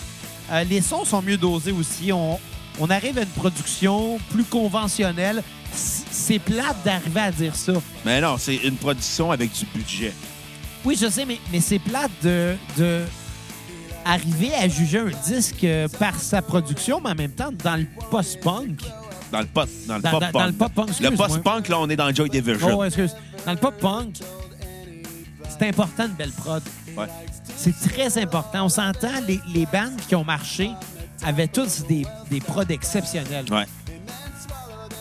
Euh, les sons sont mieux dosés aussi. On, on arrive à une production plus conventionnelle. C- C'est plate d'arriver à dire ça. Mais non, c'est une production avec du budget. Oui, je sais, mais, mais c'est plate de, de arriver à juger un disque euh, par sa production, mais en même temps, dans le post-punk. Dans le pop. Dans le Dans- pop dans- punk. dans le pop-punk, Le excuse-moi. post-punk, là, on est dans Joy Division. Oh, excuse. Dans le pop-punk, c'est important une belle prod. Ouais. C'est très important. On s'entend, les, les bandes qui ont marché avaient tous des, des prods exceptionnels. Ouais.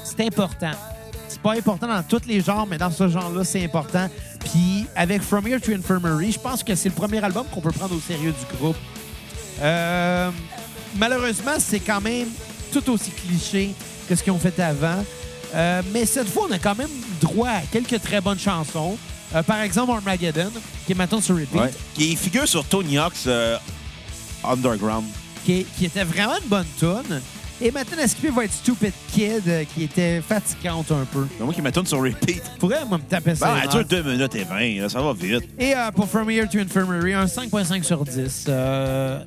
C'est important. C'est pas important dans tous les genres, mais dans ce genre-là, c'est important. Puis avec From Here to Infirmary, je pense que c'est le premier album qu'on peut prendre au sérieux du groupe. Euh, malheureusement, c'est quand même tout aussi cliché que ce qu'ils ont fait avant. Euh, mais cette fois, on a quand même droit à quelques très bonnes chansons. Euh, par exemple, Armageddon, qui est maintenant sur repeat, Ouais. Qui figure sur Tony Hawk's euh, Underground. qui, est- qui était vraiment une bonne tune. Et maintenant, Escapé va être Stupid Kid, euh, qui était fatigante un peu. Mais moi qui me tourne sur repeat. Pourrais, moi, me taper ça. Bon, les elle nerfs. dure 2 minutes et 20. là, ça va vite. Et euh, pour From Here to Infirmary, un 5.5 sur 10. Euh,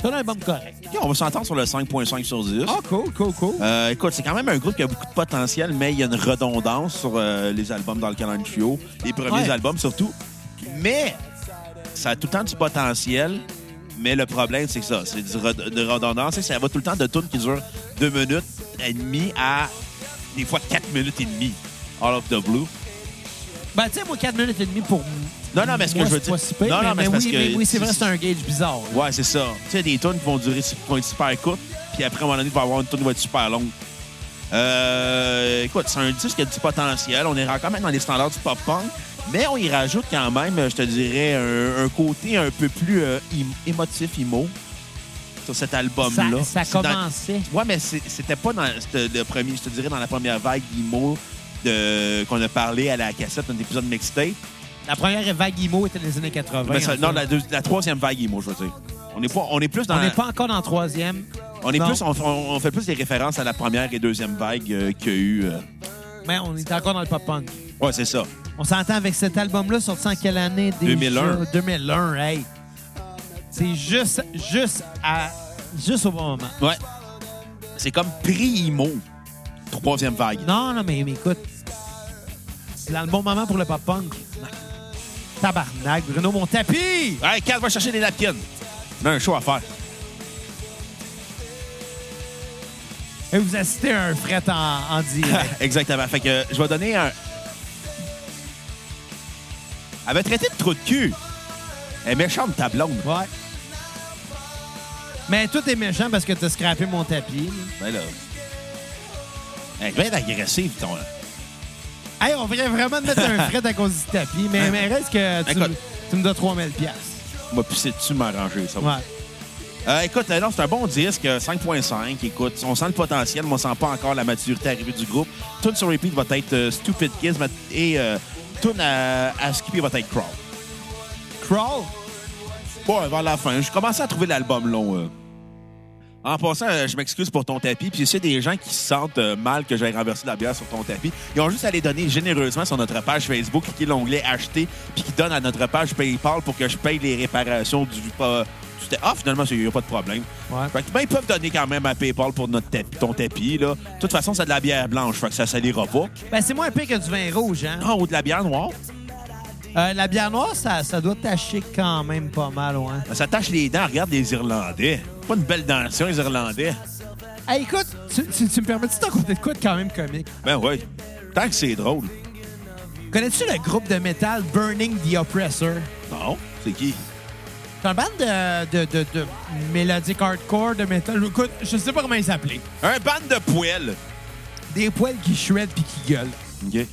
c'est un album correct. Ok, on va s'entendre sur le 5.5 sur 10. Ah, cool, cool, cool. Euh, écoute, c'est quand même un groupe qui a beaucoup de potentiel, mais il y a une redondance sur euh, les albums dans le calendrier trio, les premiers Ouais. albums surtout. Mais ça a tout le temps du potentiel, Mais le problème, c'est que ça, c'est du red- de redondance. et Ça va tout le temps de tunes qui durent deux minutes et demie à des fois quatre minutes et demie. All of the blue. Ben, tu sais, moi, 4 minutes et demie pour. Non, non, mais ce que moi, je veux c'est dire- pas si pire, Non, non, mais mais, c'est mais parce oui, que- mais oui, c'est vrai, c'est un gauge bizarre. là. Ouais, c'est ça. Tu sais, des tunes qui vont durer qui vont être super courtes, puis après, à un moment donné, il va y avoir une tune qui va être super longue. Euh, écoute, c'est un disque qui a du potentiel. On est quand même dans les standards du pop-punk, mais on y rajoute quand même, je te dirais, un, un côté un peu plus euh, im- émotif, emo, sur cet Ça, album-là. ça C'est dans- commençait. Ouais, mais c'est- c'était pas dans c'était le premier, je te dirais, dans la première vague emo de- qu'on a parlé à la cassette, un épisode mixtape. La première vague IMO était des années 80. Mais ça- en fait. non, la, deux- la troisième vague emo, je veux dire. On est, pas, on est plus dans On la- n'est pas encore dans la troisième. On, est Non. plus, on, on- on fait plus des références à la première et deuxième vague euh, qu'il y a eu. euh. Mais on est encore dans le pop-punk. Ouais, c'est ça. On s'entend avec cet album-là, sorti en quelle année? déjà? 2001. 2001, hey. C'est juste, juste, à, juste au bon moment. Ouais. C'est comme primo, troisième vague. Non, non, mais, mais écoute, c'est dans le bon moment pour le pop-punk. Tabarnak, Bruno, mon tapis! Hey, Kat, va chercher des napkins. On a un show à faire. Et vous assistez à un fret en, en direct. Exactement. Fait que euh, je vais donner un. Elle m'a traité de trou de cul. Elle est méchante, ta blonde. ouais. Mais tout est méchant parce que t'as scrappé mon tapis. Ben là. Elle est bien agressive, ton. Hey, on vient vraiment de mettre un fret à cause du tapis, mais, mais reste que tu, Écoute. me- tu me dois 3000 pièces. Moi, puis c'est-tu m'arranger, ça? Ouais. Euh, écoute, euh, non, c'est un bon disque, euh, 5.5. Écoute, on sent le potentiel, mais on sent pas encore la maturité arrivée du groupe. Tune sur repeat va être euh, Stupid Kids mais- et euh, tune à, à skipper va être Crawl. Crawl? Bon, vers la fin, je commençais à trouver l'album long. euh. En passant, euh, je m'excuse pour ton tapis. Puis c'est des gens qui se sentent euh, mal que j'aille renverser de la bière sur ton tapis. Ils ont juste à les donner généreusement sur notre page Facebook, cliquer l'onglet acheter, puis qui donnent à notre page PayPal pour que je paye les réparations du. pas- du ta- ah, finalement, il n'y a pas de problème. Ouais. Fait que, ben, ils peuvent donner quand même à PayPal pour notre tapis, ton tapis. Là. De toute façon, c'est de la bière blanche, fait que ça salira pas. Ben, c'est moins pire que du vin rouge, hein? Ah, ou de la bière noire, Euh, la bière noire, ça, ça doit tâcher quand même pas mal, ouais. ben, ça tâche les dents. Regarde les Irlandais. Pas une belle dentition, les Irlandais. Hey, écoute, tu, tu- tu me permets-tu t'en compter de quoi de quand même comique? Ben oui. Tant que c'est drôle. Connais-tu le groupe de métal Burning the Oppressor? Non, c'est qui? C'est un band de, de, de, de mélodique hardcore, de métal. Écoute, je sais pas comment ils s'appelaient. Un ban de poêle. Des poils qui shred puis qui gueulent. OK.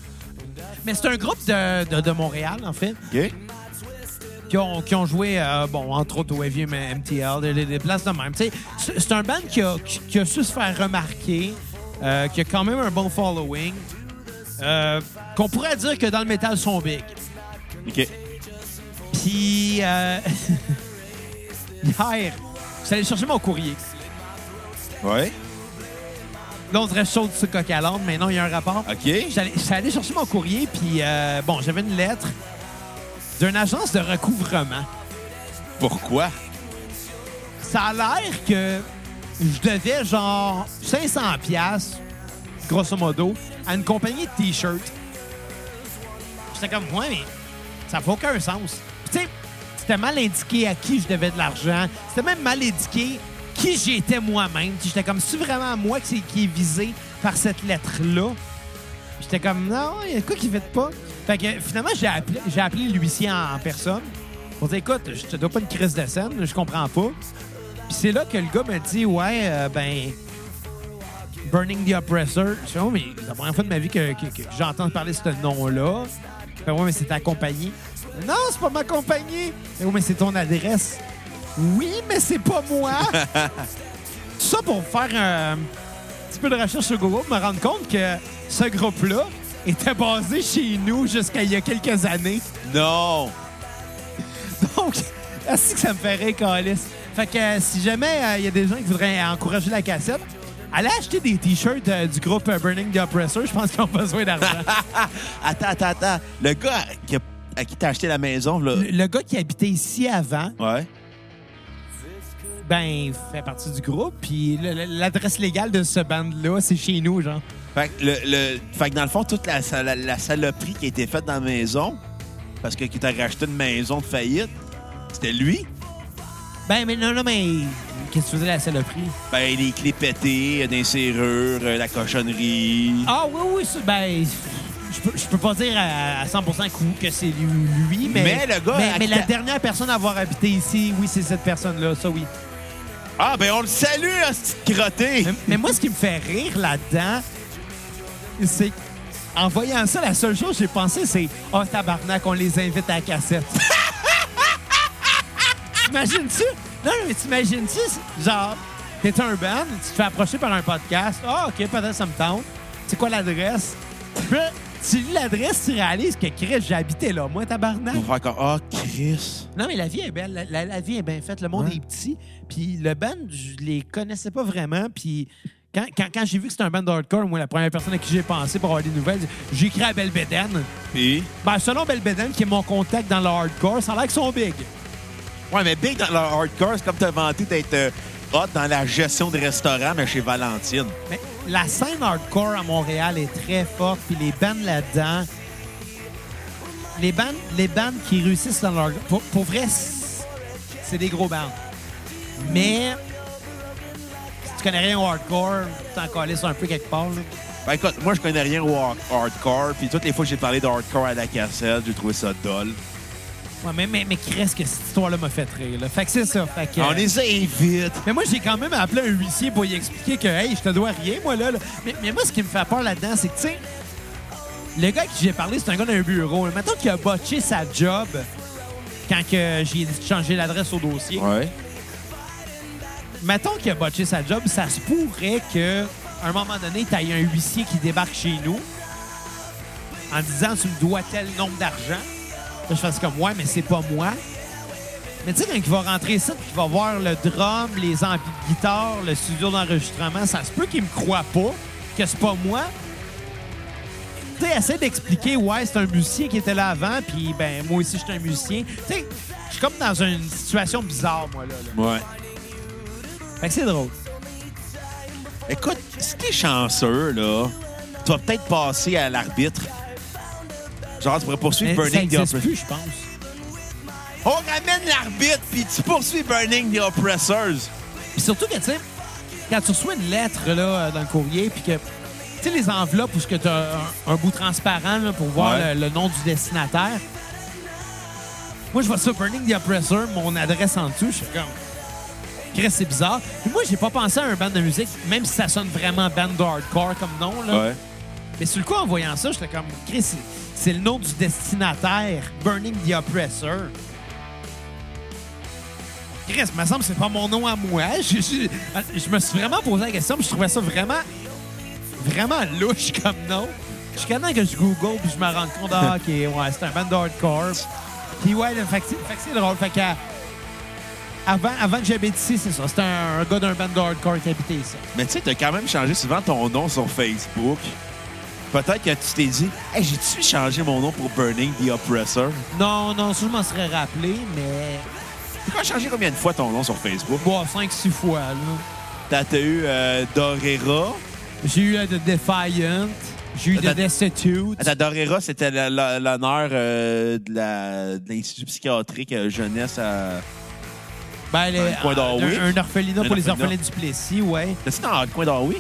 Mais c'est un groupe de, de, de Montréal, en fait, OK. qui ont, qui ont joué, euh, bon, entre autres au Heavy, mais MTL, des, des- des places de même. Tu sais, c'est c'est un band qui a, qui, qui a su se faire remarquer, euh, qui a quand même un bon following, euh, qu'on pourrait dire que dans le métal, ils sont big. OK. Puis, euh, hier, j'allais chercher mon courrier. Ouais. Là, on dirait chaude sur coq à l'âne, mais non, il y a un rapport. OK. J'allais j'allais chercher mon courrier, puis euh, bon, j'avais une lettre d'une agence de recouvrement. Pourquoi? Ça a l'air que je devais genre 500 pièces grosso modo, à une compagnie de T-shirts. J'étais comme, ouais, mais ça fait aucun sens. Puis, tu sais, c'était mal indiqué à qui je devais de l'argent. C'était même mal indiqué qui j'étais moi-même. Puis J'étais comme, c'est vraiment moi qui, qui est visé par cette lettre-là? Puis J'étais comme, non, il y a quoi qui fait pas? Fait que finalement, j'ai appelé, j'ai appelé l'huissier en, en personne. On dit, écoute, je te dois pas une crise de scène, je comprends pas. Puis c'est là que le gars me dit, ouais, euh, ben, Burning the Oppressor. Je fais, oh, mais c'est la première fois de ma vie que, que- que j'entends parler de ce nom-là. Je fais, ouais, mais c'est ta compagnie. Non, c'est pas ma compagnie. Je fais, Ouais, mais c'est ton adresse. Oui, mais c'est pas moi. Tout ça pour faire un petit peu de recherche sur Google, pour me rendre compte que ce groupe-là était basé chez nous jusqu'à il y a quelques années. Non. Donc, est-ce que ça me ferait calice? Fait que euh, si jamais euh, il y a des gens qui voudraient encourager la cassette, allez acheter des t-shirts euh, du groupe euh, Burning the Oppressor. Je pense qu'ils ont besoin d'argent. Attends, attends, attends. Le gars qui a- à qui t'as acheté la maison, là. le, le gars qui habitait ici avant, Ouais. ben, fait partie du groupe. Puis le- le- l'adresse légale de ce band-là, c'est chez nous, genre. Fait que, le, le- fait que dans le fond, toute la, la, la saloperie qui a été faite dans la maison, parce que qui t'a racheté une maison de faillite, c'était lui. Ben, mais non, non, mais qu'est-ce que tu faisais la saloperie? Ben, les clés pétées, euh, des serrures, euh, la cochonnerie. Ah oui, oui, ça- ben... Je peux, je peux pas dire à à 100% que- que c'est lui, lui, mais... Mais le gars Mais, a- mais la dernière personne à avoir habité ici, oui, c'est cette personne-là, ça, oui. Ah, ben, on le salue, à ce petit crotté. Mais, mais moi, ce qui me fait rire là-dedans, c'est qu'en voyant ça, la seule chose que j'ai pensé, c'est « Oh, tabarnak, on les invite à la cassette. » T'imagines-tu? Non, non, mais t'imagines-tu? Genre, t'es un band, tu te fais approcher par un podcast. « Ah, OK, peut-être ça me tente. C'est quoi l'adresse? » Puis là, tu lis l'adresse, tu réalises que, Chris, j'habitais là, moi, tabarnak. On va faire comme, ah, Chris. Non, mais la vie est belle. La, la- la vie est bien faite. Le monde Ouais. est petit. Puis le band, je les connaissais pas vraiment. Puis quand, quand, quand j'ai vu que c'était un band hardcore, moi, la première personne à qui j'ai pensé pour avoir des nouvelles, j'ai écrit à Belbeden. Puis? Ben, selon Belbeden, qui est mon contact dans le hardcore, ça a l'air qu'ils sont big. Ouais, mais Big, dans le hardcore, c'est comme t'as vanté d'être euh, hot dans la gestion de restaurant, mais chez Valentine. Mais la scène hardcore à Montréal est très forte, puis les bands là-dedans, les bands, les bands qui réussissent dans leur... Pour, pour vrai, c'est c'est des gros bands. Mais si tu connais rien au hardcore, t'en calisses un peu quelque part. là. Ben écoute, moi je connais rien au har- hardcore, puis toutes les fois que j'ai parlé de hardcore à la cassette, j'ai trouvé ça dole. Ouais, mais, mais, mais qu'est-ce que cette histoire-là m'a fait rire. Là. Fait que c'est ça. Fait que, On les invite. Mais moi, j'ai quand même appelé un huissier pour lui expliquer que, hey, je te dois rien, moi, là. là. Mais, mais moi, ce qui me fait peur là-dedans, c'est que, tu sais, le gars à qui j'ai parlé, c'est un gars d'un bureau. Là. Mettons qu'il a botché sa job quand que j'ai dit de changer l'adresse au dossier. Ouais. Mettons qu'il a botché sa job, ça se pourrait que, à un moment donné, tu un huissier qui débarque chez nous en disant tu me dois tel nombre d'argent. Là, je fasse comme ouais, mais c'est pas moi. Mais tu sais, quand il va rentrer ici, puis qu'il va voir le drum, les amplis de guitare, le studio d'enregistrement, ça se peut qu'il me croit pas, que c'est pas moi. Tu sais, essaie d'expliquer, ouais, c'est un musicien qui était là avant, puis ben, moi aussi, je suis un musicien. Tu sais, je suis comme dans une situation bizarre, moi, là. là. Ouais. Fait que c'est drôle. Écoute, si t'es chanceux, là, tu vas peut-être passer à l'arbitre. Genre, tu pourrais poursuivre Mais ça Burning the existe Oppressors. plus, je pense. On ramène l'arbitre, puis tu poursuis Burning the Oppressors. Puis surtout que, tu sais, quand tu reçois une lettre là, euh, dans le courrier, puis que, tu sais, les enveloppes où tu as un, un bout transparent là, pour voir Ouais. le, le nom du destinataire, moi, je vois ça, Burning the Oppressor, mon adresse en dessous, je suis comme. Chris, c'est bizarre. Puis moi, j'ai pas pensé à un band de musique, même si ça sonne vraiment band de hardcore comme nom. Là. Mais sur le coup, en voyant ça, j'étais comme, Chris, c'est- c'est le nom du destinataire, Burning the Oppressor. Chris, me semble que c'est pas mon nom à moi. Je, je- je me suis vraiment posé la question, puis je trouvais ça vraiment, vraiment louche comme nom. Jusqu'à temps que je Google, puis je me rends compte, ah, OK, ouais, c'est un band de hardcore. Puis ouais, le, fait que c'est fait que c'est drôle. Fait que, euh, avant, avant que j'habite ici, c'est ça. C'était un, un gars d'un band de hardcore qui habitait ici. Mais tu sais, t'as quand même changé souvent ton nom sur Facebook. Peut-être que tu t'es dit, hey, j'ai-tu changé mon nom pour Burning the Oppressor? Non, non, ça, je m'en serais rappelé, mais... Tu as changé combien de fois ton nom sur Facebook? Bon, 5-6 fois, là. T'as t'as eu euh, Dorera. J'ai eu euh, de Defiant, j'ai eu de Attends. Destitute. Attends, Dorera, c'était la- la- l'honneur euh, de la- de l'Institut psychiatrique euh, jeunesse à. Ben, les- un coin d'Orway. un, un orphelinat Un pour les orphelinat. orphelins du Plessis, ouais. T'as-tu dans le coin d'Orwi?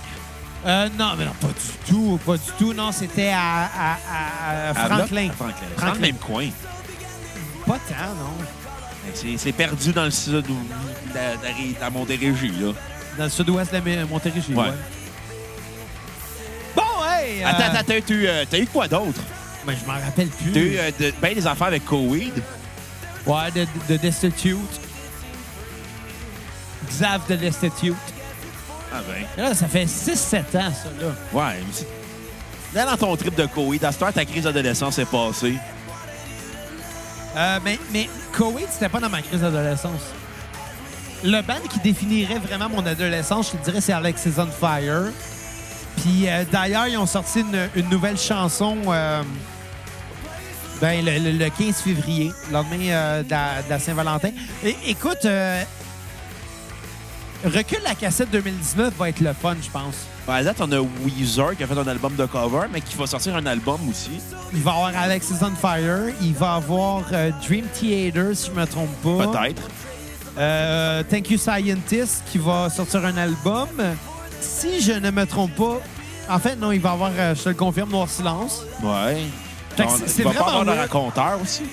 Euh, non, mais non, pas du tout, pas du tout. Non, c'était à, à- à- à Franklin. À Franklin. C'est dans le Franklin. même coin. Ben, Pas tant, non. C'est c'est perdu dans le sud de la, de la ré- de la Montérégie, là. Dans le sud-ouest de la Mé- Montérégie, Ouais. ouais. Bon, hey! euh, Attends, attends, t'as eu- t'as eu, euh, t'as eu quoi d'autre? Ben, je m'en rappelle plus. T'as eu euh, de- ben des affaires avec Covid. Ouais, de, de Destitute. Xav de Destitute. Ah ben. Et Là, ça fait 6-7 ans, ça, là. Ouais. mais c'est- Là, dans ton trip de Covid, à cette heure, ta crise d'adolescence est passée. Euh, mais, mais Koweït, c'était pas dans ma crise d'adolescence. Le band qui définirait vraiment mon adolescence, je te dirais, c'est Alexis on Fire. Puis euh, d'ailleurs, ils ont sorti une, une nouvelle chanson euh, ben, le, le- le 15 février, le lendemain euh, de la, de la Saint-Valentin. É- Écoute, euh, Recule la cassette 2019 va être le fun, je pense. Ben, à la date, on a Weezer qui a fait un album de cover, mais qui va sortir un album aussi. Il va y avoir Alexis on Fire, il va y avoir euh, Dream Theater, si je me trompe pas. Peut-être. Euh, Thank You Scientist qui va sortir un album. Si je ne me trompe pas, en fait, non, il va avoir, euh, je te le confirme, Noir Silence. Ouais. Fait que On- c'est- il c'est va pas vraiment avoir de weird. raconteur aussi.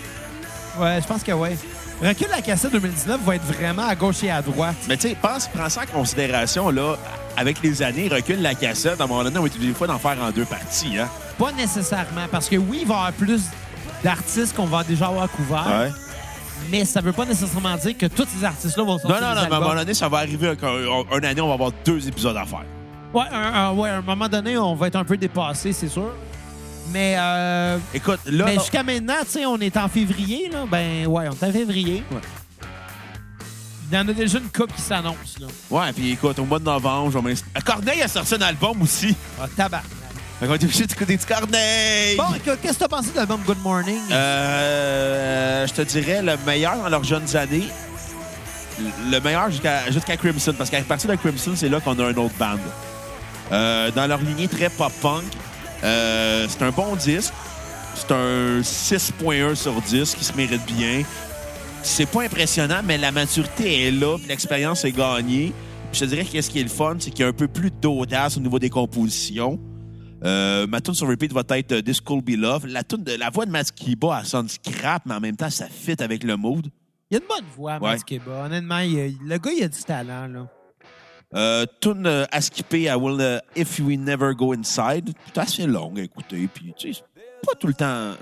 Ouais, je pense que ouais. Recule la cassette 2019 va être vraiment à gauche et à droite. Mais tu sais, pense, prends ça en considération, là, avec les années, recule la cassette. À un moment donné, on est obligé des fois d'en faire en deux parties, hein? Pas nécessairement, parce que oui, il va y avoir plus d'artistes qu'on va déjà avoir couvert, mais ça veut pas nécessairement dire que tous ces artistes-là vont Non, sortir non, des non, mais à un albums. moment donné, ça va arriver qu'un- un année, on va avoir deux épisodes à faire. Ouais, un- un- ouais, à un moment donné, on va être un peu dépassé, c'est sûr. Mais, euh, Écoute, là, mais jusqu'à maintenant, tu sais, on est en février, là. Ben ouais, on est en février. Il y en a déjà une coupe qui s'annonce, là. ouais, puis écoute, au mois de novembre, je vais m'installer. Corneille a sorti un album aussi. Ah, tabac. Fait qu'on est obligé d'écouter du Corneille. Bon, écoute, qu'est-ce que t'as pensé de l'album Good Morning? Euh, je te dirais le meilleur dans leurs jeunes années. Le meilleur jusqu'à jusqu'à Crimson, parce qu'à partir de Crimson, c'est là qu'on a une autre band. Euh, dans leur lignée très pop-punk, euh, c'est un bon disque. C'est un 6.1 sur 10 qui se mérite bien. C'est pas impressionnant, mais la maturité est là, puis l'expérience est gagnée. Puis je te dirais que ce qui est le fun, c'est qu'il y a un peu plus d'audace au niveau des compositions. Euh, ma tune sur repeat va être euh, This Could Be Love. La, tune de, la voix de Matt Skiba, elle sonne scrap, mais en même temps, ça fit avec le mood. Il a une bonne voix, Ouais. Matt Keba. Honnêtement, il a- le gars, il a du talent, là. Euh, tune euh, à skipper à Will euh, If We Never Go Inside. C'est assez longue à écouter. Puis, tu sais, c'est pas tout le temps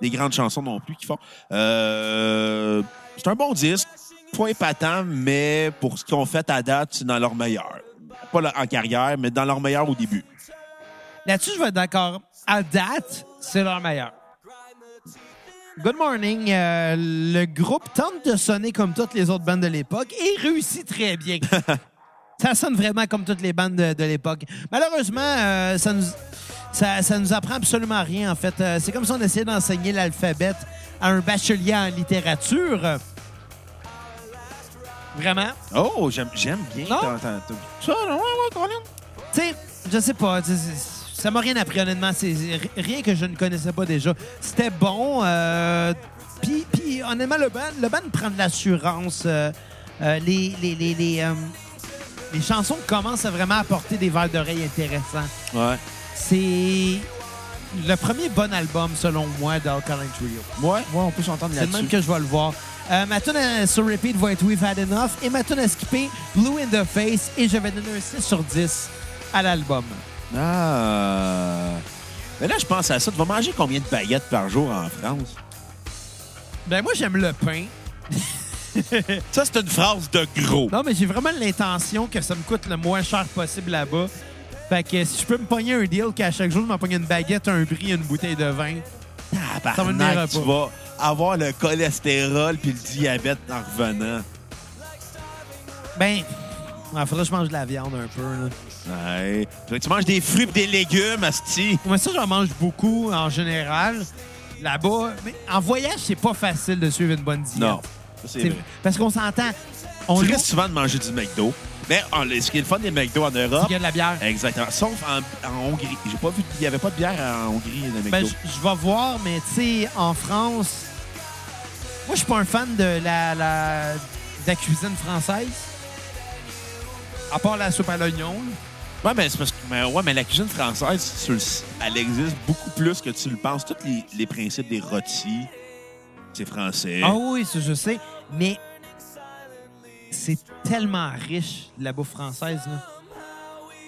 des grandes chansons non plus qui font. Euh, c'est un bon disque. Pas épatant, mais pour ce qu'ils ont fait à date, c'est dans leur meilleur. Pas là- en carrière, mais dans leur meilleur au début. Là-dessus, je vais être d'accord. À date, c'est leur meilleur. Good Morning, euh, le groupe tente de sonner comme toutes les autres bandes de l'époque et réussit très bien. ça sonne vraiment comme toutes les bandes de, de l'époque. Malheureusement, euh, ça nous... Ça, ça nous apprend absolument rien, en fait. Euh, c'est comme si on essayait d'enseigner l'alphabet à un bachelier en littérature. Vraiment? Oh, j'aime j'aime bien. Non? t'en- t'en- t'en- Ça, ouais, ouais, Colin. Tu sais, je sais pas. tu sais, c'est- Ça m'a rien appris, honnêtement. C'est r- rien que je ne connaissais pas déjà. C'était bon. euh, Puis, puis, honnêtement, le band, le band prend de l'assurance. euh, euh, les, les, les, les, euh, les chansons commencent à vraiment apporter des verres d'oreille intéressants. Ouais. C'est le premier bon album, selon moi, d'Alkaline Trio. Ouais, on peut s'entendre C'est le même que je vais le voir. Euh, ma tune à- sur repeat va être We've Had Enough et ma tune à skipper Blue in the Face et je vais donner un 6 sur 10 à l'album. Ah. Mais là, je pense à ça. Tu vas manger combien de baguettes par jour en France? Ben moi j'aime le pain. Ça, c'est une phrase de gros. Non mais j'ai vraiment l'intention que ça me coûte le moins cher possible là-bas. Fait que si je peux me pogner un deal qu'à chaque jour je me pogne une baguette, un brie, une bouteille de vin. Tabarnak, Ça va venir tu pas. vas avoir le cholestérol puis le diabète en revenant. Ben, il faudrait que je mange de la viande un peu. Là. Ouais. Faudrait que Tu manges des fruits pis des légumes, Asti. Moi ça j'en mange beaucoup en général. Là-bas, mais en voyage, c'est pas facile de suivre une bonne diète. Non. Ça, C'est C'est- vrai. Parce qu'on s'entend. On Tu loue- risques souvent de manger du McDo. Mais en- ce qui est le fun des McDo en Europe. Il y a de la bière. Exactement. Sauf en, en Hongrie. J'ai pas vu. Il n'y avait pas de bière en Hongrie, de McDo. Ben, je je vais voir, mais tu sais, en France, moi, je suis pas un fan de la, la- de la cuisine française. À part la soupe à l'oignon. Ouais, mais c'est parce que mais ouais, mais la cuisine française, sur le- elle existe beaucoup plus que tu le penses. Tous les, les principes des rôtis, c'est français. Ah oui, ça, je sais. Mais c'est tellement riche, la bouffe française. là.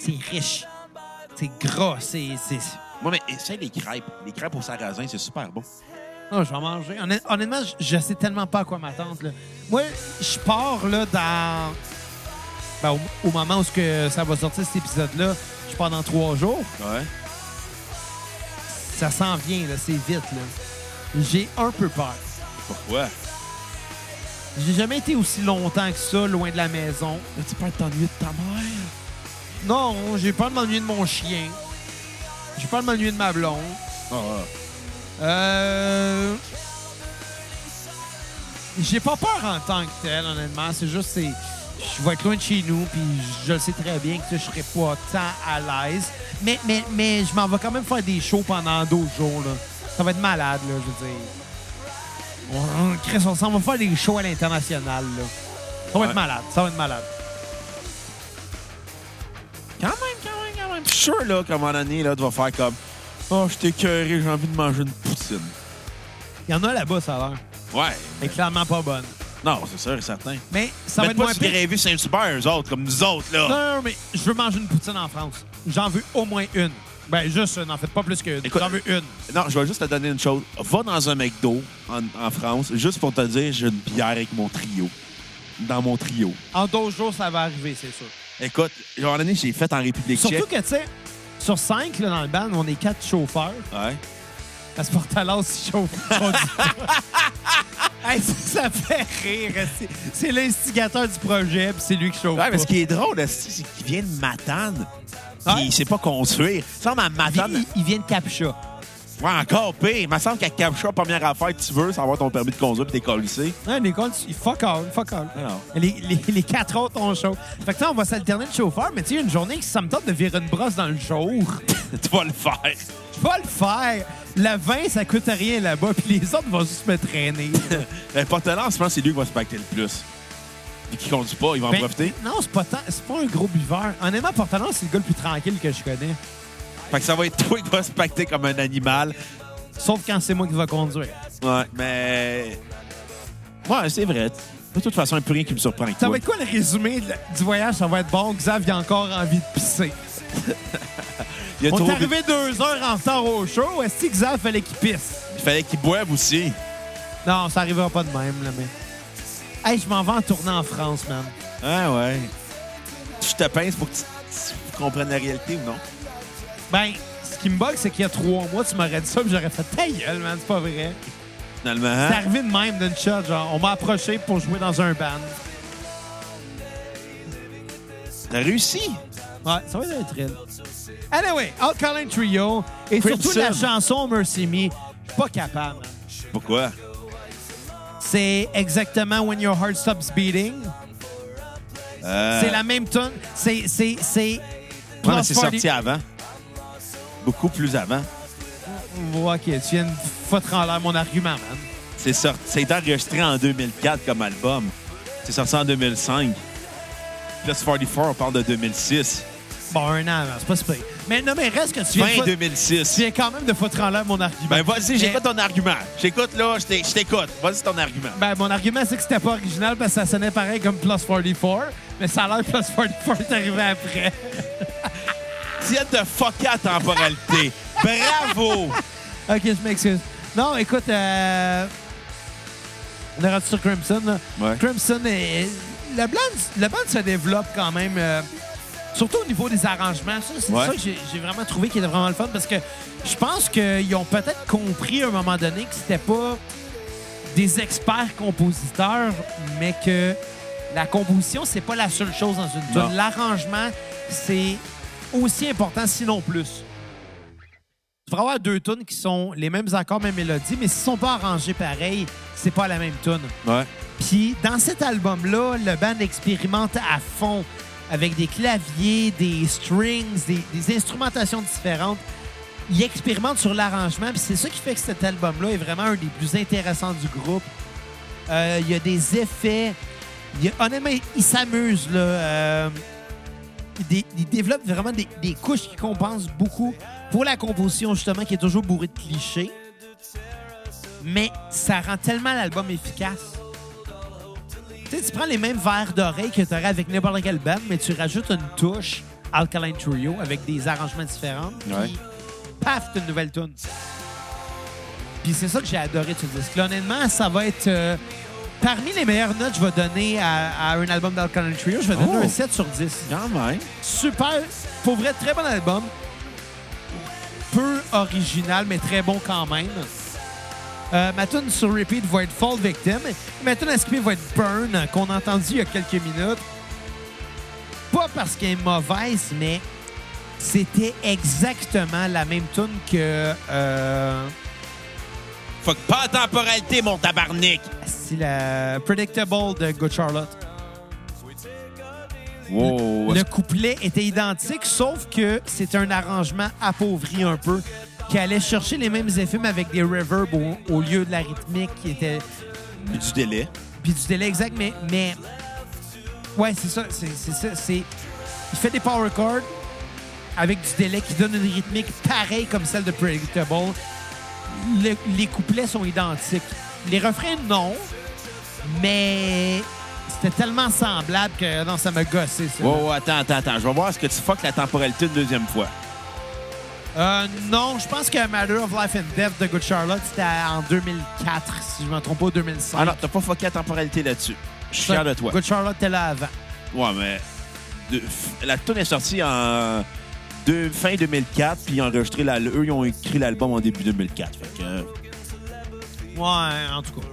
C'est riche. C'est gras. C'est. c'est- Moi, mais essaye les crêpes. Les crêpes au sarrasin, c'est super bon. Non, Ah, je vais en manger. Honnêt- Honnêtement, je- je sais tellement pas à quoi m'attendre. là. Moi, je pars là dans. ben, au, au moment où ce que ça va sortir cet épisode-là, je pars dans trois jours. Ouais. Ça s'en vient, là, c'est vite. là. J'ai un peu peur. Pourquoi? J'ai jamais été aussi longtemps que ça, loin de la maison. tu peux t'ennuyer de ta mère. Non, j'ai peur de m'ennuyer de mon chien. J'ai peur de m'ennuyer de ma blonde. Ah, Euh... J'ai pas peur en tant que tel, honnêtement. C'est juste c'est. Je vais être loin de chez nous, puis je le sais très bien que je serai pas tant à l'aise. Mais, mais, mais je m'en vais quand même faire des shows pendant 12 jours. Là. Ça va être malade, là, je veux dire. On, on, Chris, on s'en va faire des shows à l'international. là. ouais. Ça va être Ouais. malade. Ça va être malade. Quand même, quand même, quand même. Je suis sûr, là, qu'à un moment donné, là, tu vas faire comme Oh, je t'ai écœuré, j'ai envie de manger une poutine. Il y en a là-bas, ça a l'air. Ouais. Elle est clairement pas bonne. Non, c'est sûr et certain. Mais ça va Faites être pas moins du pire. grévé Saint-Hubert, eux autres, comme nous autres, là. Non, non, mais je veux manger une poutine en France. J'en veux au moins une. Ben, juste une, en fait, pas plus qu'une. Écoute- J'en veux une. Non, je vais juste te donner une chose. Va dans un McDo en, en France, juste pour te dire, j'ai une bière avec mon trio. Dans mon trio. En deux jours, ça va arriver, c'est sûr. Écoute, à un moment donné, j'ai fait en République Surtout tchèque. que, tu sais, sur cinq, là, dans le ban, on est quatre chauffeurs. Ouais. Parce que Portalas, il chauffe. Hey, ça, ça fait rire. C'est- C'est l'instigateur du projet, puis c'est lui qui chauffe. Ouais, mais ce pas. qui est drôle, là, c'est c'est qu'il vient de Matane. Ouais. Puis il sait pas conduire. Ça me semble à Il vient- Matane. il, il vient de Capcha. Ouais, encore pire. Il me semble qu'à Capcha, première affaire que tu veux, c'est avoir ton permis de conduire puis t'es collissé. Ouais, l'école, tu- fuck all, fuck all. Alors. Les, les- les quatre autres ont chaud. Fait que, tu sais, on va s'alterner de chauffeur, mais tu sais, il y a une journée que ça me tente de virer une brosse dans le jour. tu vas le faire. Je vais le faire. Le vin, ça coûte rien là-bas, puis les autres vont juste me traîner. Le porte-lance, Ben, je pense que c'est lui qui va se pacter le plus. Et qui conduit pas, il va en Ben, profiter. Non, c'est pas, tant- c'est pas un gros buveur. Honnêtement, Portalan, c'est le gars le plus tranquille que je connais. Fait que ça va être toi qui va se pacter comme un animal. Sauf quand c'est moi qui vais conduire. Ouais, mais. Ouais, c'est vrai. De toute façon, il n'y a plus rien qui me surprend. avec Ça toi. va être quoi le résumé de la- du voyage? Ça va être bon. Xav, il a encore envie de pisser. Il, a On trop est bu- arrivé deux heures en retard au show. Est-ce que Xav fallait qu'il pisse? il fallait qu'il boive aussi. Non, ça arrivera pas de même, là, mais... Hey, je m'en vais en tournant en France, man. Ah ouais. Je te pince pour que tu, tu comprennes la réalité ou non? Ben, ce qui me bug, c'est qu'il y a trois mois, tu m'aurais dit ça, puis j'aurais fait « Ta gueule, man, c'est pas vrai. Finalement. C'est hein? arrivé de même d'une shot, genre, on m'a approché pour jouer dans un band. T'as réussi. Ouais, ça va être un thrill. Anyway, Out Calling Trio et surtout Crimson. la chanson Mercy Me, je suis pas capable. man. Pourquoi? C'est exactement When Your Heart Stops Beating. Euh, C'est la même tune. C'est. C'est. C'est. ouais, mais c'est Plus sorti 40. avant. Beaucoup plus avant. Ouais, Ok, tu viens de foutre en l'air mon argument, man. C'est sorti, ça a été enregistré en 2004 comme album. C'est sorti en 2005. Plus 44, on parle de 2006. Bon, un an, man, c'est pas si pire. Mais non, mais reste que tu viens, de Fin foutre- 2006. tu viens quand même de foutre en l'air mon argument. Ben vas-y, Mais- j'écoute ton argument. J'écoute là, je t'ai- je t'écoute. Vas-y ton argument. Ben, mon argument, c'est que c'était pas original parce que ça sonnait pareil comme Plus 44, mais ça a l'air que Plus 44 est arrivé après. Tiens de fucker à temporalité. Bravo! Ok, je m'excuse. Non, écoute, euh... on est rendu sur Crimson. là. Ouais. Crimson, est... le, band, le band se développe quand même, euh, surtout au niveau des arrangements. Ça, c'est Ouais. ça que j'ai j'ai vraiment trouvé qui était vraiment le fun parce que je pense qu'ils ont peut-être compris à un moment donné que c'était pas des experts compositeurs, mais que la composition, c'est pas la seule chose dans une Non. tune. L'arrangement, c'est aussi important, sinon plus. Tu vas avoir deux tunes qui sont les mêmes accords, même mélodie, mais s'ils sont pas arrangés pareil, c'est pas la même tune. Ouais. Puis dans cet album-là, le band expérimente à fond avec des claviers, des strings, des, des instrumentations différentes. Il expérimente sur l'arrangement, puis c'est ça qui fait que cet album-là est vraiment un des plus intéressants du groupe. Euh, Il y a des effets. Il y a- honnêtement, il s'amuse. là. Euh, il, dé- il développe vraiment des, des couches qui compensent beaucoup pour la composition, justement, qui est toujours bourrée de clichés. Mais ça rend tellement l'album efficace. Tu sais, tu prends les mêmes verres d'oreille que tu aurais avec n'importe quel band, mais tu rajoutes une touche Alkaline Trio avec des arrangements différents. puis Ouais. Paf, t'as une nouvelle tune. Puis c'est ça que j'ai adoré de ce disque-là. Honnêtement, ça va être... euh, parmi les meilleures notes que je vais donner à, à un album d'Alkaline Trio, je vais donner Oh. un 7 sur 10. Quand même. Super. Pour vrai, très bon album. Peu original, mais très bon quand même. Euh, ma tune sur repeat va être Fall Victim. Ma tune à skipper va être Burn, qu'on a entendu il y a quelques minutes. Pas parce qu'elle est mauvaise, mais c'était exactement la même tune que... euh, Fuck pas à temporalité, mon tabarnak. c'est la Predictable de Good Charlotte. Wow. Le couplet était identique, sauf que c'est un arrangement appauvri un peu, qui allait chercher les mêmes effets, mais avec des reverbs au, au lieu de la rythmique qui était. Du délai. Puis du délai exact, mais, mais Ouais, c'est ça. C'est, c'est ça. C'est... Il fait des power chords avec du délai qui donne une rythmique pareille comme celle de Predictable. Le- les couplets sont identiques. Les refrains, non. Mais c'était tellement semblable que non, ça m'a gossé. ça. Wow, wow, attends, attends, attends. Je vais voir ce que tu fuck la temporalité une deuxième fois. Euh, non, je pense que Matter of Life and Death de Good Charlotte, c'était en 2004, si je ne me trompe pas, 2005. Ah non, t'as pas fucké la temporalité là-dessus. Je suis Ça, fier de toi. Good Charlotte, t'es là avant. Ouais, mais de- f- la tune est sortie en deux- fin 2004, puis ils ont enregistré la- eux, ils ont écrit l'album en début 2004. Fait que, euh, Ouais, en tout cas.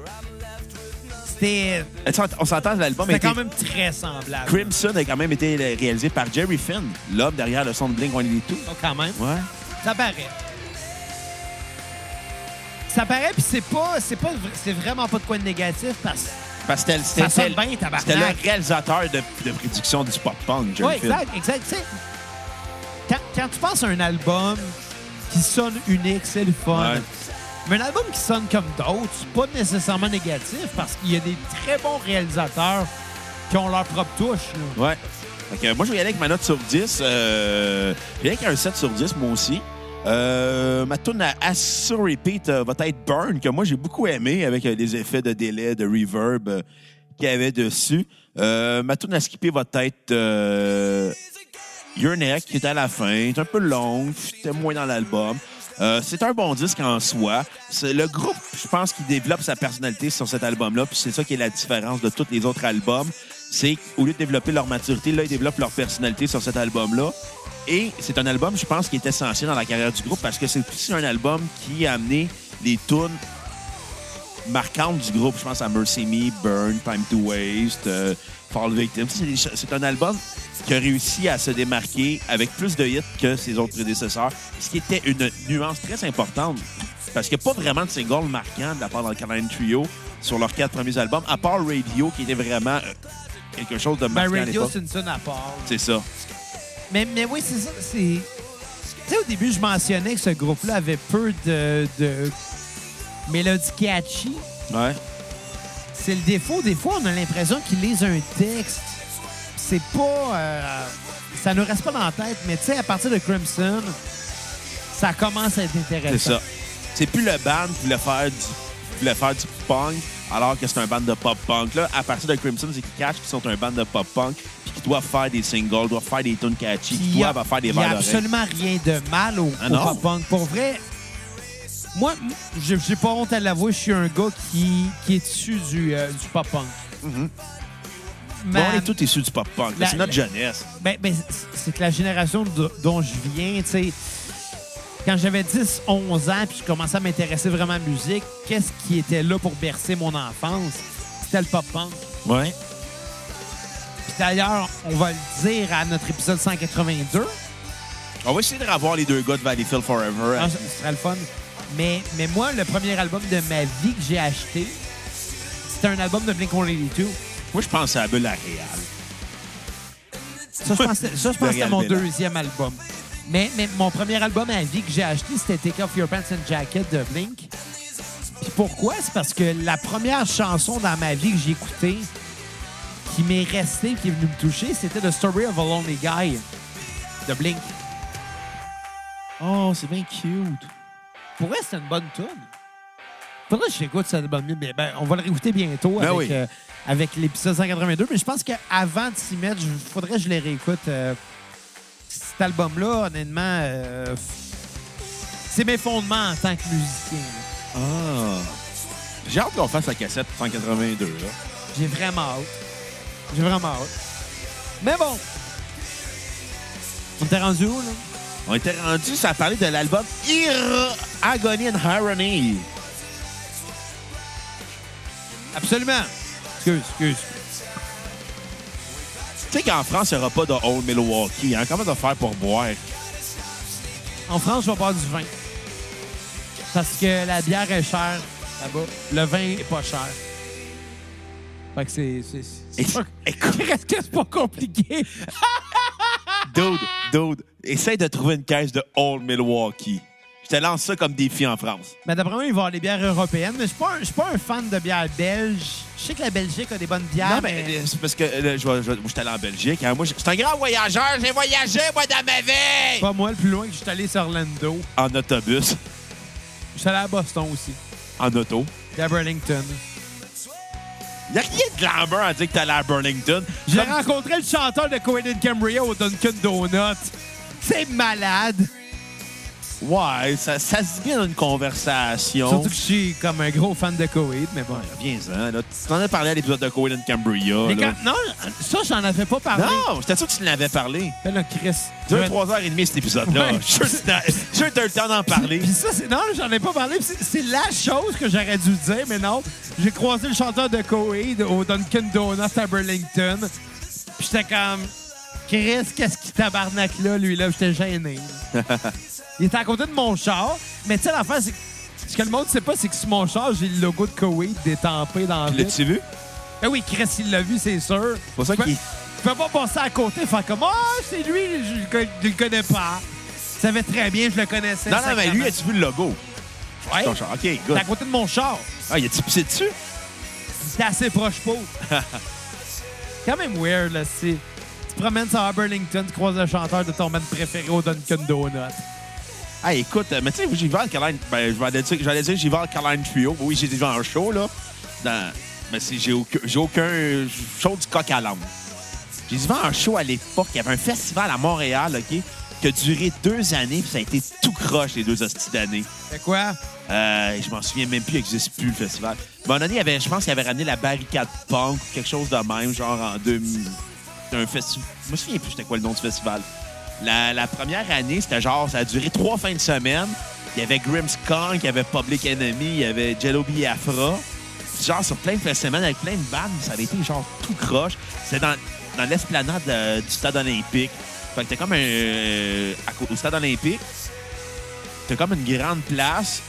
C'était, Tu sais, on s'entend, l'album c'était était- quand même très semblable. Crimson a quand même été réalisé par Jerry Finn, l'homme derrière le son de Blink 182. Ah, quand même. Ouais. Ça paraît. Ça paraît, puis c'est pas, c'est pas, vr- c'est vraiment pas de quoi de négatif parce Parce que c'était- Ça sonne c'était bien, tabarnak. c'était le réalisateur de, de production du pop-punk, Jerry Oui, Finn. exact, exact. Tu sais, quand, quand tu penses à un album qui sonne unique, c'est le fun. Ouais. Mais un album qui sonne comme d'autres, c'est pas nécessairement négatif parce qu'il y a des très bons réalisateurs qui ont leur propre touche. là. Ouais. Fait que moi, je vais y aller avec ma note sur 10. Euh, je vais y aller avec un 7 sur 10, moi aussi. Euh, ma tune à, à sur repeat euh, va être Burn, que moi, j'ai beaucoup aimé avec euh, des effets de délai, de reverb euh, qu'il y avait dessus. Euh, ma tune à skipper va être euh, Your Neck, qui est à la fin. C'est un peu long, j'étais moins dans l'album. Euh, c'est un bon disque en soi. C'est le groupe, je pense, qui développe sa personnalité sur cet album-là. Puis c'est ça qui est la différence de tous les autres albums. C'est qu'au lieu de développer leur maturité, là, ils développent leur personnalité sur cet album-là. Et c'est un album, je pense, qui est essentiel dans la carrière du groupe parce que c'est aussi un album qui a amené les tunes marquantes du groupe. Je pense à Mercy Me, Burn, Time to Waste, euh, Fall Victim. C'est des ch- C'est un album qui a réussi à se démarquer avec plus de hits que ses autres prédécesseurs, ce qui était une nuance très importante parce qu'il n'y a pas vraiment de single marquant de la part d'Alkaline Trio sur leurs quatre premiers albums, à part Radio, qui était vraiment euh, quelque chose de Ben, marquant à Radio, l'époque. c'est une sonne à part. C'est ça. Mais, mais oui, c'est ça. C'est... Tu sais, au début, je mentionnais que ce groupe-là avait peu de, de mélodies catchy. Ouais. C'est le défaut. Des fois, on a l'impression qu'ils lisent un texte. C'est pas. euh, ça ne reste pas dans la tête, mais tu sais, à partir de Crimson, ça commence à être intéressant. C'est ça. C'est plus le band qui voulait faire du, voulait faire du punk, alors que c'est un band de pop-punk. Là, à partir de Crimson, c'est qu'ils cachent qu'ils sont un band de pop-punk, puis qu'ils doivent faire des singles, doivent faire des tunes Puis catchy, qu'ils il y a- doivent faire des Il n'y a vers d'oreilles. absolument rien de mal au, Ah au non? pop-punk. Pour vrai, moi, m- j'ai j'ai pas honte à l'avouer, je suis un gars qui, qui est issu du, euh, du pop-punk. Mm-hmm. Bon, Ma- on est tous issus du pop-punk. La- C'est notre la- jeunesse. Ben, ben, c'est- c'est que la génération de- dont je viens, tu sais, quand j'avais 10, 11 ans, puis je commençais à m'intéresser vraiment à la musique, qu'est-ce qui était là pour bercer mon enfance? C'était le pop-punk. Ouais. Puis d'ailleurs, on va le dire à notre épisode 182, On va essayer de revoir les deux gars de Valleyfield Forever. hein, ce sera le fun. Mais, mais moi, le premier album de ma vie que j'ai acheté, c'était un album de Blink-182. Moi, je pense à la bulle à Réal. Ça, je pense que ça, je pense que c'était Real mon Bella. deuxième album. Mais, mais mon premier album à vie que j'ai acheté, c'était Take Off Your Pants and Jacket de Blink. Puis pourquoi? C'est parce que la première chanson dans ma vie que j'ai écoutée, qui m'est restée, qui est venue me toucher, c'était The Story of a Lonely Guy de Blink. Oh, c'est bien cute. Pour vrai, c'était une bonne tune. Faudrait que j'écoute cet album-là. mais ben, on va le réécouter bientôt Ben avec, oui. euh, avec l'épisode 182. Mais je pense qu'avant de s'y mettre, il faudrait que je les réécoute. euh, cet album-là, honnêtement, euh, f- c'est mes fondements en tant que musicien. là. Ah. J'ai hâte qu'on fasse la cassette 182. Là. J'ai vraiment hâte. J'ai vraiment hâte. Mais bon, on était rendu où, là? On était rendu à parler de l'album Ir Agony and Irony. Absolument. Excuse, excuse. Tu sais qu'en France, il n'y aura pas de Old Milwaukee. Hein? Comment de faire pour boire? En France, je vais boire du vin. Parce que la bière est chère là-bas. Le vin est pas cher. Fait que c'est. c'est- c'est- c'est Éc- pas- Écoute, Reste que c'est pas compliqué. dude, dude, essaye de trouver une caisse de Old Milwaukee. Je te lance ça comme défi en France. Mais d'après moi, il va y avoir des bières européennes. Mais je ne suis, pas un- je suis pas un fan de bières belges. Je sais que la Belgique a des bonnes bières. non, mais euh, c'est parce que euh, je, vais- je vais- moi, je suis allé en Belgique. hein. Moi, je je suis un grand voyageur. J'ai voyagé, moi, dans ma vie! Pas moi, le plus loin que je suis allé, c'est Orlando. En autobus, Je suis allé à Boston aussi, en auto. puis à Burlington. Il n'y a rien de glamour à dire que t'es allé à Burlington. J'ai Comme- rencontré le chanteur de Coed and Cambria au Dunkin' Donut. C'est malade. Ouais, ça, ça se dit bien dans une conversation. Surtout que je suis comme un gros fan de Coed, mais bon. Viens-en, hein, là. Tu t'en as parlé à l'épisode de Cohen and Cambria. Mais là. quand- non, ça, j'en avais pas parlé. Non, j'étais sûr que tu l'avais parlé. Ben là, Chris. Deux, Ouais. trois heures et demie, cet épisode-là. Ouais. Je suis sûr que t'as- je suis sûr que t'as eu le temps d'en parler. Puis ça, c'est... Non, j'en ai pas parlé. puis c'est- C'est la chose que j'aurais dû dire, mais non. J'ai croisé le chanteur de Coheed au Dunkin' Donuts à Burlington. Puis j'étais comme... Chris, qu'est-ce qui tabarnak là, lui, là? J'étais gêné. Il était à côté de mon char. Mais tu sais, l'affaire, c'est... que- Ce que le monde sait pas, c'est que sur mon char, j'ai le logo de Koweïd détampé dans le. L'as-tu vu? Ah oui, Chris, il l'a vu, c'est sûr. C'est pour ça Tu peux- qu'il- Tu peux pas passer à côté et faire comme Ah, c'est lui, je le, con- je le connais pas. Je savais très bien, je le connaissais. Non, non, mais lui, sacrément. as-tu vu le logo? Ouais. Ton char. OK, T'es good. à côté de mon char. Ah, il a-tu pissé dessus? T'es assez proche pour. quand même weird, là, si. Tu promènes sur à Burlington, tu croises le chanteur de ton band préféré au Dunkin' Donut. Ah, écoute, euh, mais tu sais, j'y vais à Caline. Ben, je vais aller dire- j'allais dire, j'y vais à Caline Trio. Oui, j'ai déjà un show, là. Dans- Mais c'est- j'ai aucun, j'ai aucun euh, show du coq à l'âne. J'ai dit, un show à l'époque. Il y avait un festival à Montréal, OK, qui a duré deux années, puis ça a été tout croche les deux hosties d'années. C'est quoi? Euh, je m'en souviens même plus, il n'existe plus le festival. Mon année, il y avait, je pense qu'il avait ramené la barricade punk ou quelque chose de même, genre en 2000. Un festival. Je me souviens plus c'était quoi le nom du festival. La, la première année, c'était genre, ça a duré trois fins de semaine. Il y avait Grimmskong, il y avait Public Enemy, il y avait Jello Biafra. Puis Genre, sur plein de fins de semaine avec plein de bandes, ça avait été genre tout croche. C'était dans, dans l'esplanade euh, du stade olympique. Fait que t'es comme un. euh, à cô- au stade olympique, t'as comme une grande place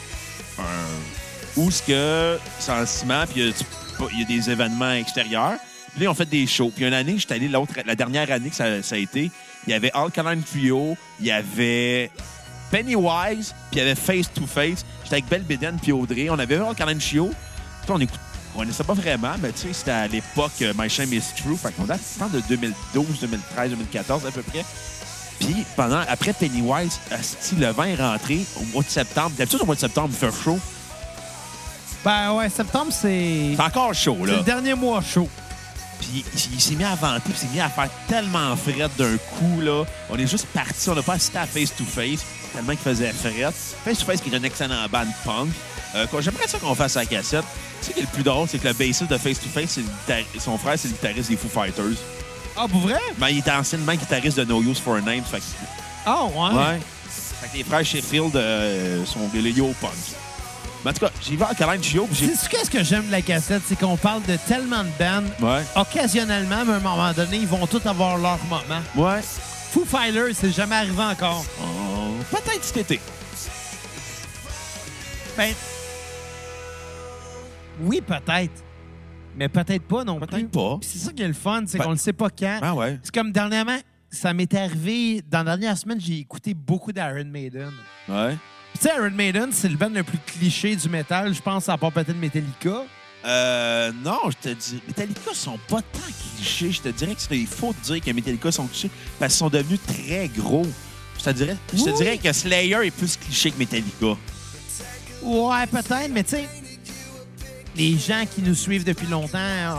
un- où ce que c'est en ciment, puis il y a du- pas- il y, a des événements extérieurs. Puis là, ils ont fait des shows. Puis une année, j'étais allé, l'autre, la dernière année que ça, ça a été, il y avait Alkaline Trio, il y avait Pennywise, puis il y avait Face to Face. J'étais avec Belle Bédène puis Audrey. On avait vu Alkaline Trio. Puis on écoute. On ne sait pas vraiment, mais tu sais, c'était à l'époque euh, My Shame is True. Fait qu'on date je pense, de 2012, 2013, 2014 à peu près. Puis pendant, après Pennywise, si le vent est rentré au mois de septembre. D'habitude, au mois de septembre, il fait chaud. Ben ouais, septembre, c'est. C'est encore chaud, C'est le là. dernier mois chaud. Puis il, il s'est mis à vanter, puis il s'est mis à faire tellement fret d'un coup, là. On est juste parti, on n'a pas assisté à Face to Face, tellement qu'il faisait fret. Face to Face, qui est un excellent band punk. Euh, qu'on- J'aimerais ça qu'on fasse la cassette. Tu sais, qui est le plus drôle, c'est que le bassiste de Face to Face, c'est le guitar- son frère, c'est le guitariste des Foo Fighters. Ah, pour vrai? Ben, il était anciennement guitariste de No Use for a Name, fait que Ah, ouais. Ouais. Fait que les frères Sheffield euh, sont des Yo Punk. Mais en tout cas, j'y vais à Caline Chio, puis j'ai. Sais-tu qu'est-ce que j'aime de la cassette? C'est qu'on parle de tellement de bandes. Ouais. Occasionnellement, mais à un moment donné, ils vont tous avoir leur moment. Ouais. Foo Fighters, c'est jamais arrivé encore. Oh, Peut-être cet été. Ben, oui, peut-être. Mais peut-être pas non plus. Peut-être pas. Puis c'est ça qui est le fun, c'est Ben- qu'on le sait pas quand. Ah ouais. C'est comme dernièrement, ça m'est arrivé, dans la dernière semaine, j'ai écouté beaucoup d'Iron Maiden. Ouais. Puis tu sais, Iron Maiden, c'est le band le plus cliché du métal, je pense, à part peut-être Metallica. Euh, non, je te dis, Metallica sont pas tant clichés. Je te dirais que c'est il faut te dire que Metallica sont clichés parce qu'ils sont devenus très gros. Je te dirais, je te Oui. dirais que Slayer est plus cliché que Metallica. Ouais, peut-être, mais tu sais, les gens qui nous suivent depuis longtemps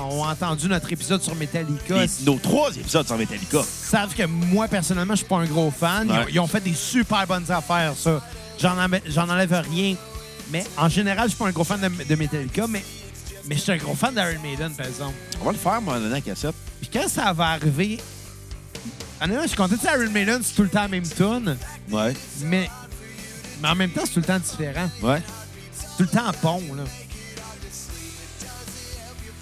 ont entendu notre épisode sur Metallica. Les- nos trois épisodes sont Metallica. savent que moi, personnellement, je suis pas un gros fan. Ils, ont, Ouais. ils ont fait des super bonnes affaires, ça. J'en enlève, j'en enlève rien. Mais en général, je suis pas un gros fan de, de Metallica, mais, mais je suis un gros fan d'Iron Maiden, par exemple. On va le faire, mon donné, à cassette. Puis quand ça va arriver... Honnêtement, je suis content. Tu sais, Iron Maiden, c'est tout le temps la même tune, Ouais. mais, mais en même temps, c'est tout le temps différent. Ouais. C'est tout le temps pont, là.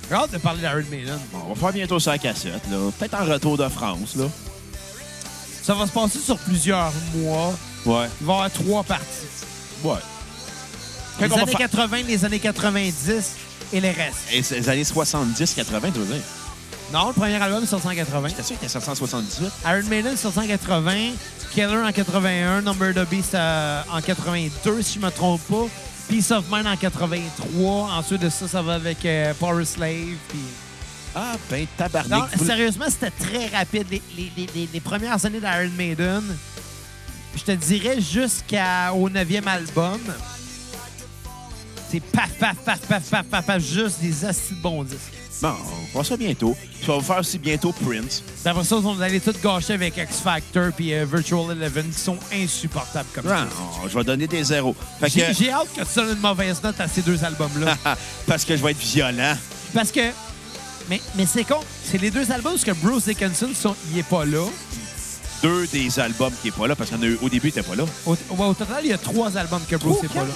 J'ai hâte de parler d'Iron Maiden. Bon, on va faire bientôt ça à cassette, là. Peut-être en retour de France, là. Ça va se passer sur plusieurs mois. Ouais. Il va y avoir trois parties. Ouais. Fait les qu'on va années faire- 80, les années 90 et les restes. Et c'est Eh, les années 70-80, tu veux dire? Non, le premier album, c'est 180. T'as sûr qu'il y a 778? Iron Maiden, c'est 180. Keller en 81, Number the Beast euh, en 82, si je me trompe pas. Peace of Mind en 83. Ensuite de ça, ça va avec euh, Power Slave. puis- Ah, ben, tabarnak. Non, Vous- sérieusement, c'était très rapide. Les, les- les- les- les premières années d'Iron Maiden, je te dirais jusqu'au 9e album, c'est paf, paf, paf, paf, paf, paf, paf, juste des acides bons disques. Non, on fera ça bientôt. Puis on va faire aussi bientôt Prince. D'après ça, on allait tout gâcher avec X Factor puis euh, Virtual Eleven qui sont insupportables comme ça. Non, je vais donner des zéros. Fait que- J'ai j'ai hâte que tu donnes une mauvaise note à ces deux albums-là. Ah. parce que je vais être violent. Parce que. Mais, mais c'est con. C'est les deux albums parce que Bruce Dickinson, sont- il est pas là. Deux des albums qui est pas là, parce qu'au début, il était pas là. Au, ouais, au total, il y a trois albums que Bruce n'est pas là.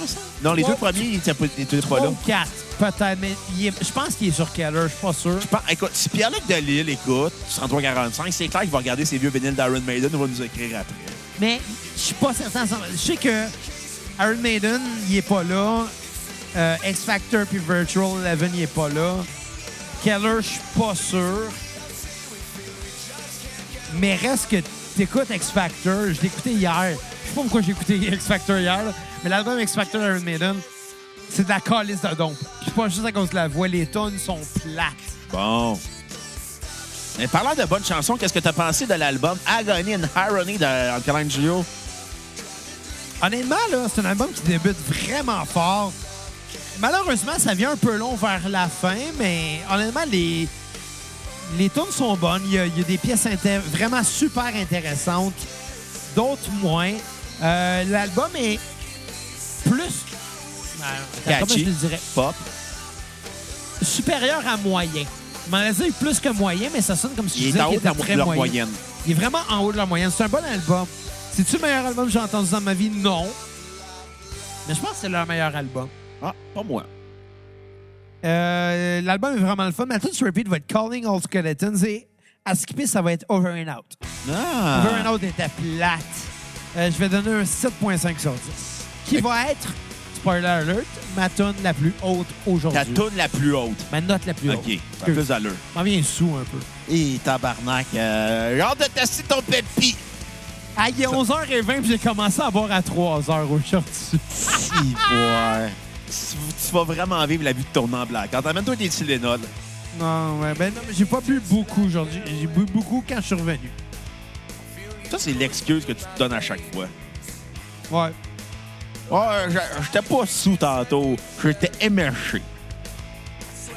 Non, les Trois- Oh. deux premiers, ils étaient pas, ils étaient pas Trois là. ou quatre, peut-être. Mais il est- je pense qu'il est sur Keller, je suis pas sûr. Je pense- écoute, si Pierre-Luc Delisle écoute 3345, c'est clair qu'il va regarder ses vieux vinyles d'Iron Maiden et va nous écrire après. Mais je suis pas certain. à cent- Je sais que Iron Maiden, il est pas là. Euh, X Factor puis Virtual Eleven, il est pas là. Keller, je suis pas sûr. Mais reste que t'écoutes X Factor. Je l'ai écouté hier. Je sais pas pourquoi j'ai écouté X Factor hier, là, mais l'album X Factor Iron Maiden, c'est de la calice de dompe. Puis pas juste à cause de la voix. Les tonnes sont plates. Bon. Mais parlant de bonnes chansons, qu'est-ce que t'as pensé de l'album Agony and Irony d'Alkaline Duo? Honnêtement, là, c'est un album qui débute vraiment fort. Malheureusement, ça vient un peu long vers la fin, mais honnêtement, les, les tunes sont bonnes. Il y a, il y a des pièces inté- vraiment super intéressantes, d'autres moins. Euh, L'album est plus. Catchy. Comment je le dirais? Pop. Supérieur à moyen. Je m'en dire plus que moyen, mais ça sonne comme si je Il est disais en qu'il haut de était la très leur moyen. moyenne. Il est vraiment en haut de leur moyenne. C'est un bon album. C'est-tu le meilleur album que j'ai entendu dans ma vie? Non. Mais je pense que c'est leur meilleur album. Ah, pas moi. Euh, L'album est vraiment le fun. Ma tune sur repeat va être Calling All Skeletons et à skipper, ça va être Over and Out. Ah! Over and Out était plate. Euh, je vais donner un 7.5 sur 10. Qui va être, spoiler alert, ma tune la plus haute Ta aujourd'hui. toune la plus haute. Ma note la plus haute. OK, ça a plus d'allure. Je m'en viens sous un peu. Et tabarnak, euh, j'ai hâte de tester ton pépi. Ah, il est 11h20 puis j'ai commencé à boire à 3h aujourd'hui. Si, ouais. Tu tu vas vraiment vivre la vie de ton en blague. Quand t'amènes toi des Tylenol, Non, ouais, ben non, mais j'ai pas bu beaucoup aujourd'hui. J'ai bu beaucoup quand je suis revenu. ça, c'est l'excuse que tu te donnes à chaque fois. Ouais. Ouais, je- j'étais pas sous tantôt. J'étais émerché.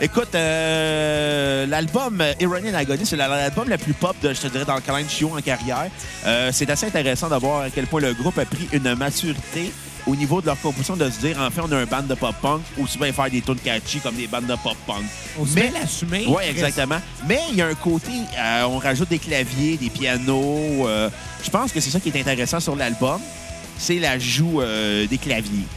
Écoute, euh, l'album euh, Irony and Agony, c'est la- l'album le plus pop, de, je te dirais, dans le Caline Chio en carrière. Euh, c'est assez intéressant de voir à quel point le groupe a pris une maturité au niveau de leur composition, de se dire, enfin, on a un band de pop-punk, ou bien faire des tunes catchy comme des bandes de pop-punk. Mais l'assumer. Oui, exactement. Mais il y a un côté, euh, on rajoute des claviers, des pianos. euh, je pense que c'est ça qui est intéressant sur l'album, c'est la joue euh, des claviers.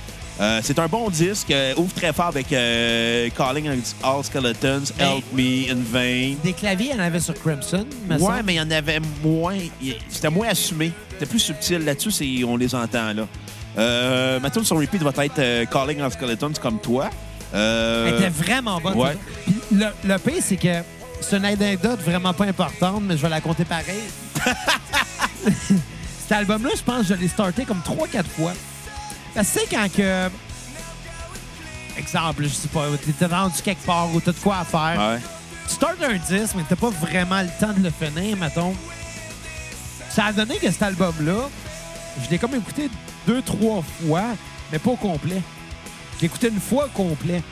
Euh, c'est un bon disque, euh, ouvre très fort avec euh, Calling All Skeletons, Mais- Help Me in Vain. Des claviers, il y en avait sur Crimson. me Ouais, semble. mais il y en avait moins. il- C'était moins assumé. C'était plus subtil. Là-dessus, c'est- on les entend, là. Euh, ma tune sur repeat va être euh, Calling All Skeletons comme toi. Euh, Elle était vraiment bonne. ouais. Puis le, le pire, c'est que c'est une anecdote vraiment pas importante, mais je vais la compter pareil. Cet album-là, je pense que je l'ai starté comme 3-4 fois. Parce que tu sais, quand que. Exemple, je sais pas, t'étais rendu quelque part ou t'as de quoi à faire. ouais. tu starts un disque, mais t'as pas vraiment le temps de le finir, mettons. Ça a donné que cet album-là, je l'ai comme écouté deux, trois fois, mais pas au complet. Je l'ai écouté une fois au complet.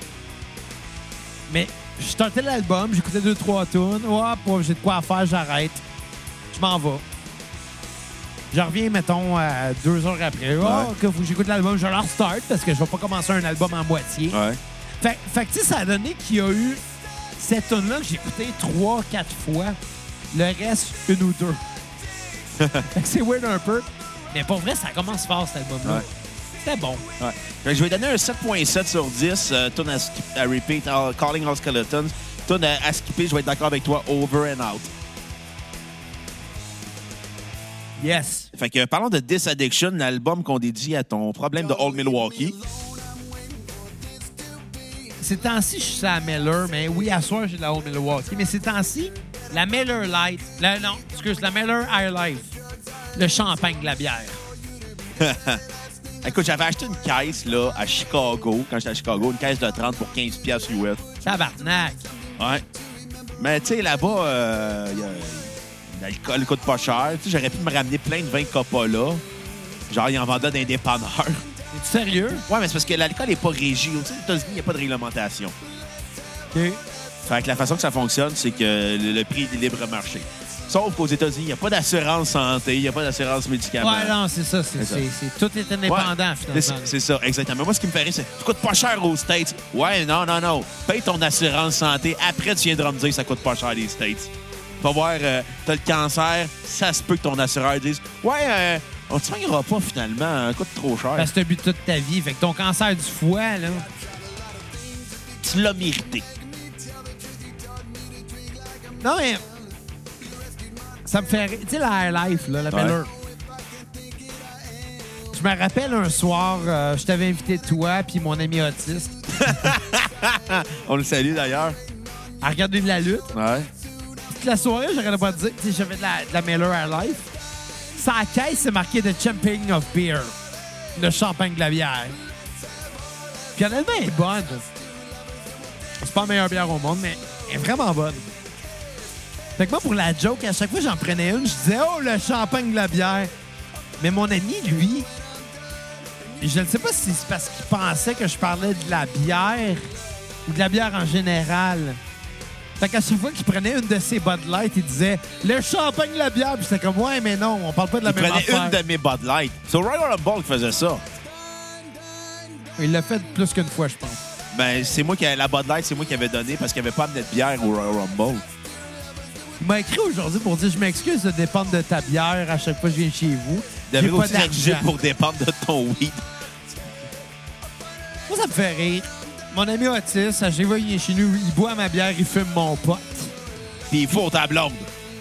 Mais je startais l'album, j'écoutais deux, trois tunes. Hop, hop, j'ai de quoi à faire, j'arrête. Je m'en vais. Je reviens, mettons, à deux heures après. Oh, Ouais. que faut que j'écoute l'album, je le restart parce que je vais pas commencer un album en moitié. Ouais. Fait, fait que, tu sais, ça a donné qu'il y a eu cette tune-là que j'ai écoutée trois, quatre fois. Le reste, une ou deux. fait que c'est weird un peu. Mais pour vrai, ça commence fort, cet album-là. Ouais. C'était bon. Ouais. Fait que Je vais donner un 7.7 sur 10. Euh, tourne à, skip- à repeat, all- Calling All Skeletons. Tourne à, à skipper, je vais être d'accord avec toi, Over and Out. Yes. Fait que euh, parlons de This Addiction, l'album qu'on dédie à ton problème de Old Milwaukee. Ces temps-ci, je suis à la Miller, mais oui, à soir, j'ai de la Old Milwaukee. Mais ces temps-ci, la Miller Light. la- non, excuse, la Miller High Life. le champagne de la bière. Écoute, j'avais acheté une caisse là, à Chicago, quand j'étais à Chicago, une caisse de 30 pour 15 piastres US. Tabarnak. Ouais. Mais tu sais, là-bas, euh, y a- l'alcool coûte pas cher. Tu sais, j'aurais pu me ramener plein de vins Coppola. Genre, ils en vendaient d'un dépanneur. Es-tu sérieux? Ouais, mais c'est parce que l'alcool n'est pas régi. Tu sais, aux États-Unis, il n'y a pas de réglementation. OK. Fait que la façon que ça fonctionne, c'est que le, le prix est libre marché. Sauf qu'aux États-Unis, il n'y a pas d'assurance santé, il n'y a pas d'assurance médicaments. Ouais, non, c'est ça. C'est, C'est ça. c'est- c'est- tout est Ouais. indépendant, Mais finalement. C'est c'est ça, exactement. Moi, ce qui me fait rire, c'est ça coûte pas cher aux States. Ouais, non, non, non. Paye ton assurance santé. Après, tu viendras me dire que ça coûte pas cher les States. Tu vas voir, euh, t'as le cancer, ça se peut que ton assureur dise Ouais, euh, on ne soignera pas finalement, hein, coûte trop cher. Parce que t'as bu toute ta vie. Fait que ton cancer du foie, là... tu l'as mérité. Non, mais... Ça me fait... rire. Tu sais, la Airlife, là, la Ouais. belle heure. Je me rappelle un soir, euh, je t'avais invité toi puis mon ami autiste On le salue d'ailleurs. à regarder de la lutte. Ouais. Toute la soirée, j'aurais pas dire, tu sais, j'avais de la, de la Miller à life. Sa caisse, c'est marqué The Champagne of Beer. Le champagne de la bière. Puis honnêtement, elle est bonne. C'est pas la meilleure bière au monde, mais elle est vraiment bonne. Fait que moi, pour la joke, à chaque fois que j'en prenais une, je disais « Oh, le champagne de la bière! » Mais mon ami, lui, je ne sais pas si c'est parce qu'il pensait que je parlais de la bière ou de la bière en général. Fait qu'à chaque fois qu'il prenait une de ses Bud Light, il disait le champagne, la bière. Puis j'étais comme ouais, mais non, on parle pas de la Il même prenait affaire. une de mes Bud Light. C'est au Royal Rumble qui faisait ça. Il l'a fait plus qu'une fois, je pense. Ben, c'est moi qui la Bud Light, c'est moi qui avais donné parce qu'il avait pas amené de bière au Royal Rumble. Il m'a écrit aujourd'hui pour dire je m'excuse de dépendre de ta bière à chaque fois que je viens chez vous. J'ai Il avait pas aussi exigé d'argent. pour dépendre de ton weed. Moi, ça me fait rire. Mon ami autiste, à chaque fois qu'il est chez nous, il boit ma bière, il fume mon pote. Puis il faut ta blonde.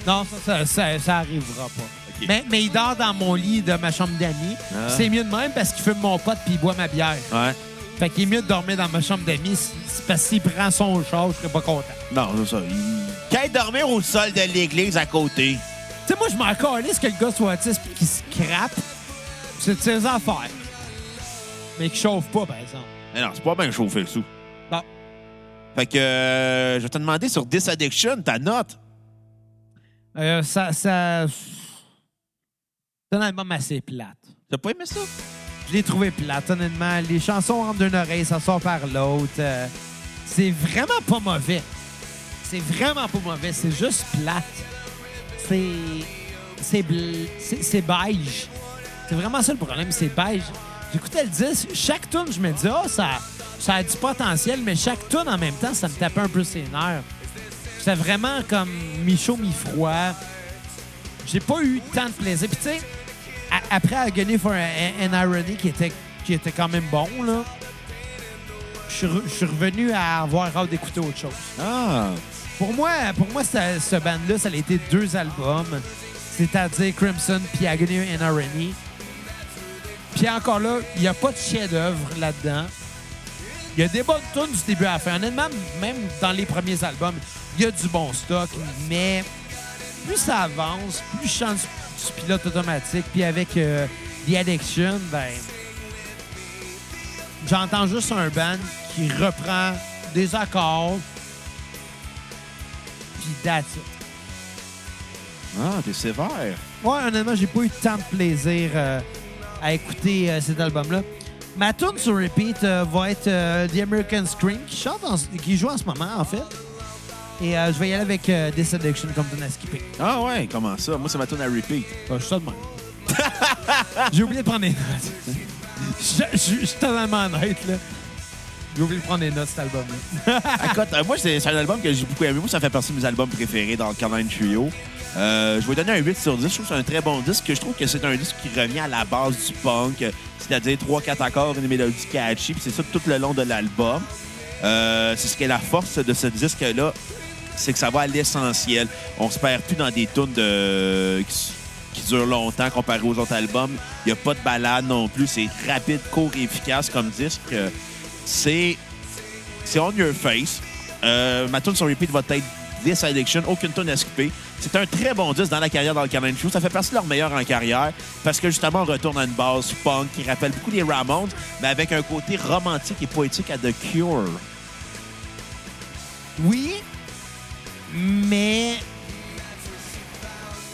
Non, ça, ça, ça, ça arrivera pas. Ok. Mais, mais il dort dans mon lit de ma chambre d'amis. Ah. C'est mieux de même parce qu'il fume mon pote puis il boit ma bière. Ouais. Fait qu'il est mieux de dormir dans ma chambre d'amis si- si- parce qu'il prend son char, je serais pas content. Non, c'est ça. Il... Qu'aille dormir au sol de l'église à côté. Tu sais, moi, je m'en calisse que le gars soit autiste et qu'il se crappe. C'est de ses affaires. Mais qu'il chauffe pas, par exemple. Mais non, c'est pas bien chauffé le sou. Bon. Fait que euh, je vais te demander sur This Addiction, ta note. Euh, ça. ça... C'est un album assez plate. T'as pas aimé ça? Je l'ai trouvé plate, honnêtement. Les chansons rentrent d'une oreille, ça sort par l'autre. Euh, c'est vraiment pas mauvais. C'est vraiment pas mauvais. C'est juste plate. C'est. C'est. bl- C'est c'est beige. C'est vraiment ça le problème, c'est beige. J'écoutais le disque, chaque tune, je me dis, ah, ça, ça a du potentiel, mais chaque tune en même temps, ça me tapait un peu ses nerfs. C'était vraiment comme mi-chaud, mi-froid. J'ai pas eu tant de plaisir. Puis, tu sais, a- après Agony for an, an Irony, qui était, qui était quand même bon, là, je suis re- je suis revenu à avoir hâte d'écouter autre chose. Ah. Pour moi, pour moi ce, ce band-là, ça a été deux albums, c'est-à-dire Crimson puis Agony and Irony. Puis encore là, il n'y a pas de chef-d'œuvre là-dedans. Il y a des bonnes tunes du début à la fin. Honnêtement, même dans les premiers albums, il y a du bon stock, mais plus ça avance, plus je chante du, du pilote automatique, puis avec euh, The Addiction, ben. J'entends juste un band qui reprend des accords, puis that's it. Ah, t'es sévère. Ouais, honnêtement, j'ai pas eu tant de plaisir euh, à écouter euh, cet album-là. Ma tune sur repeat euh, va être euh, The American Scream, qui, chante en- qui joue en ce moment, en fait. Et euh, je vais y aller avec euh, This Addiction comme tune à skipper. Ah ouais, comment ça? Moi, ça ma tourne à repeat. Euh, je suis ça de même. j'ai oublié de prendre des notes. Je je- je suis totalement honnête, là. J'ai oublié de prendre des notes, cet album-là. Écoute, euh, moi, c'est c'est un album que j'ai beaucoup aimé. Moi, ça fait partie de mes albums préférés dans le Canon Trio. Euh, je vais donner un 8 sur 10. Je trouve que c'est un très bon disque. Je trouve que c'est un disque qui revient à la base du punk, euh, c'est-à-dire 3-4 accords, une mélodie catchy. Puis c'est ça tout le long de l'album. Euh, c'est ce qui est la force de ce disque-là, c'est que ça va à l'essentiel. On se perd plus dans des tunes de... qui, s- qui durent longtemps comparé aux autres albums. Il n'y a pas de balade non plus. C'est rapide, court et efficace comme disque. Euh, C'est c'est On Your Face. Euh, ma tune sur repeat va être This Addiction, aucune tonne à skipper. C'est un très bon disque dans la carrière dans le Canon Crew. Ça fait partie de leur meilleur en carrière parce que justement, on retourne à une base punk qui rappelle beaucoup les Ramones, mais avec un côté romantique et poétique à The Cure. Oui, mais.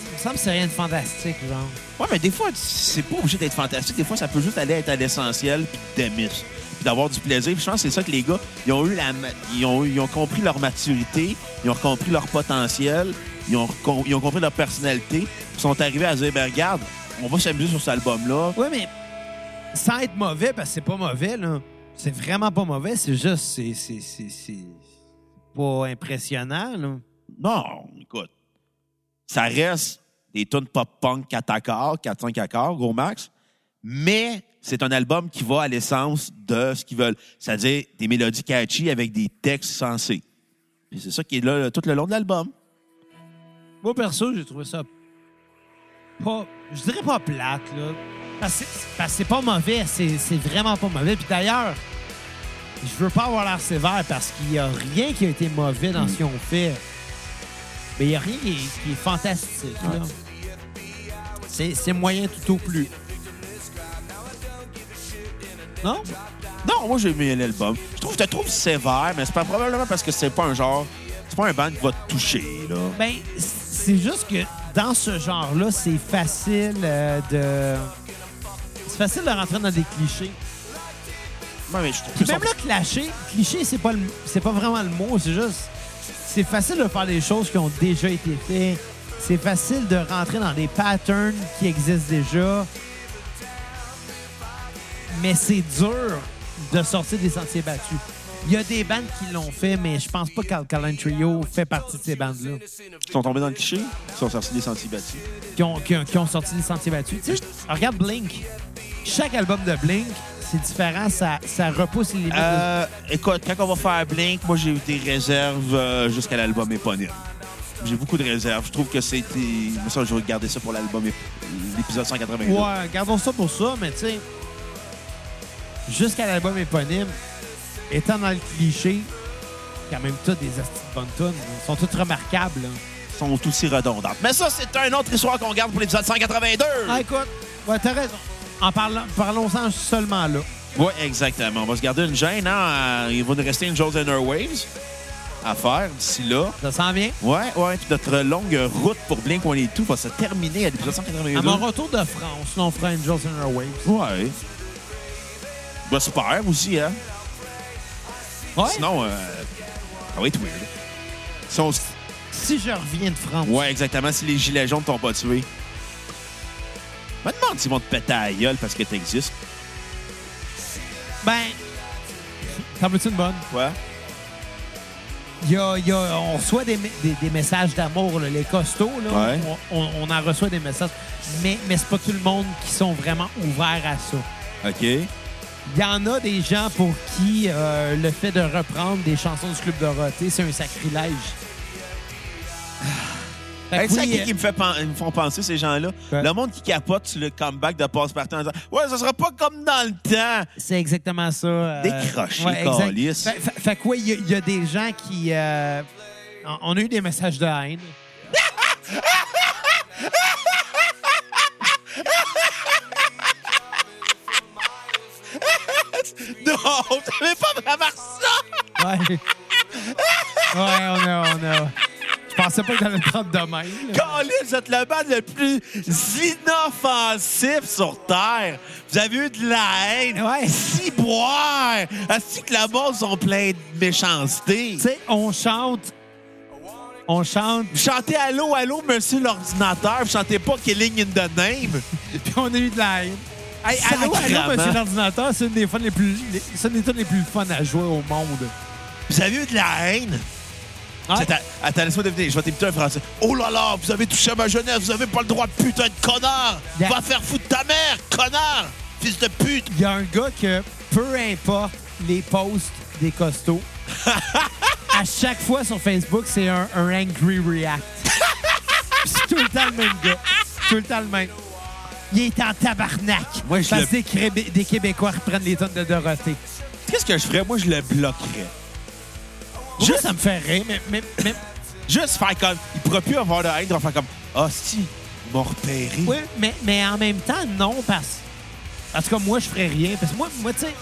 Il me semble que c'est rien de fantastique, genre. Ouais, mais des fois, c'est pas obligé d'être fantastique. Des fois, ça peut juste aller être à l'essentiel puis d'amis, puis d'avoir du plaisir. Puis je pense que c'est ça que les gars, ils ont eu la, ma- ils ont, ils ont compris leur maturité, ils ont compris leur potentiel, ils ont, recon- ils ont compris leur personnalité. Ils sont arrivés à se dire, ben regarde, on va s'amuser sur cet album-là. Oui, mais sans être mauvais, parce que c'est pas mauvais, là. C'est vraiment pas mauvais, c'est juste. C'est. C'est. c'est- c'est pas impressionnant, là. Non, écoute, ça reste des tunes pop-punk 4 accords, 4-5 accords, gros max, mais c'est un album qui va à l'essence de ce qu'ils veulent, c'est-à-dire des mélodies catchy avec des textes sensés. Et c'est ça qui est là là, tout le long de l'album. Moi, perso, j'ai trouvé ça. Pas. Je dirais pas plate, là. Parce que c'est- parce que c'est pas mauvais, c'est c'est vraiment pas mauvais. Puis d'ailleurs, je veux pas avoir l'air sévère parce qu'il y a rien qui a été mauvais dans ce qu'ils ont fait. Mais il y a rien qui est, qui est fantastique, là. C'est c'est moyen tout au plus. Non? Non, moi j'ai aimé l'album. Je trouve, je te trouve sévère, mais c'est pas probablement parce que c'est pas un genre, c'est pas un band qui va te toucher là. Ben, c'est juste que dans ce genre-là, c'est facile euh, de. C'est facile de rentrer dans des clichés. Ouais, mais je trouve Puis que même son- là, cliché, cliché, c'est pas, le- c'est pas vraiment le mot, c'est juste. C'est facile de faire des choses qui ont déjà été faites. C'est facile de rentrer dans des patterns qui existent déjà. Mais c'est dur de sortir des sentiers battus. Il y a des bandes qui l'ont fait, mais je pense pas qu'Alkaline Trio fait partie de ces bandes-là. ils sont tombés dans le cliché, ils sont sortis des sentiers battus. qui ont, qui ont- qui ont sorti des sentiers battus. Tu sais, regarde Blink. Chaque album de Blink, c'est différent. Ça, ça repousse les limites. de- Euh, écoute, quand on va faire Blink, moi j'ai eu des réserves euh, jusqu'à l'album éponyme. J'ai beaucoup de réserves. Je trouve que c'était. Mais ça, je vais garder ça pour l'album, ép- l'épisode 182. Ouais, gardons ça pour ça, mais tu sais, jusqu'à l'album éponyme, étant dans le cliché, quand même toutes des astis de bonnes tunes, Ils sont toutes remarquables. là. Ils sont aussi redondantes. Mais ça, c'est une autre histoire qu'on garde pour l'épisode 182. Ah, écoute, ouais, t'as raison. En parlant, parlons-en seulement là. Ouais, exactement. On va se garder une gêne. Hein? Euh, Il va nous rester une chose Waves à faire d'ici là. Ça sent bien. Ouais, ouais. Puis notre longue route pour Blink on est tout va se terminer à l'épisode À 182. mon retour de France, là, on fera Angels in Our Waves. Ouais. Bah, super aussi, hein? Ouais, Sinon, euh, ça va être weird. Si on s- si je reviens de France. Ouais, exactement. Si les gilets jaunes t'ont pas tué. Je me demande s'ils vont te péter à la gueule parce que t'existes. Ben, t'en veux-tu une bonne? Quoi? Il y a- il y a- on reçoit des, me- des- des messages d'amour, là, les costauds. Là, Ouais. on, on- on en reçoit des messages. Mais, mais c'est pas tout le monde qui sont vraiment ouverts à ça. OK. Il y en a des gens pour qui euh, le fait de reprendre des chansons du Club Dorothée, c'est un sacrilège. Fait que Hey, c'est à oui, qui euh, qui me, fait pen- me font penser, ces gens-là? Quoi? Le monde qui capote sur le comeback de Passepartout en disant « Ouais, ça sera pas comme dans le temps! C'est exactement ça. euh, Décroché, exact. câlisse. » Fait, fait- fait que ouais, il y a- il y, a des gens qui... euh, on- on a eu des messages de haine. Non, t'avais pas vraiment ça! Ouais. ouais, on a, on a. Je pensais pas que t'allais le prendre demain. Colin, vous êtes le band le plus inoffensif sur Terre. Vous avez eu de la haine. Ouais. Si boire. Est-ce que la base sont pleins de méchanceté? Tu sais, on chante. On chante, Vous chantez Allô, allô, monsieur l'ordinateur. Vous chantez pas Killing in the Name. puis on a eu de la haine. Hey, allô, allô, Sacrement. monsieur l'ordinateur, c'est une des fun les plus. les- C'est une des tunes les plus fun à jouer au monde. Vous avez eu de la haine. Ouais. C'est à- Attends, laisse-moi deviner. Je vais t'imiter un français. Oh là là, vous avez touché à ma jeunesse. Vous avez pas le droit de putain de connard. Yeah. Va faire foutre ta mère, connard. Fils de pute. Il y a un gars que, peu importe les posts des costauds, à chaque fois sur Facebook, c'est un, un angry react. Puis c'est tout le temps le même gars. Tout le temps le même. Il est en tabarnak. Moi, je parce le- que des, Québé- des Québécois reprennent les tonnes de Dorothée. Qu'est-ce que je ferais? Moi, je le bloquerais. Juste, ça me fait rire, mais, mais, mais Juste faire comme. Il pourra plus avoir de haine, il va faire comme. Ah, si, ils m'ont repéré. Oui, mais, mais en même temps, non, parce. En tout cas, moi, je ferais rien. Parce que moi, moi tu sais,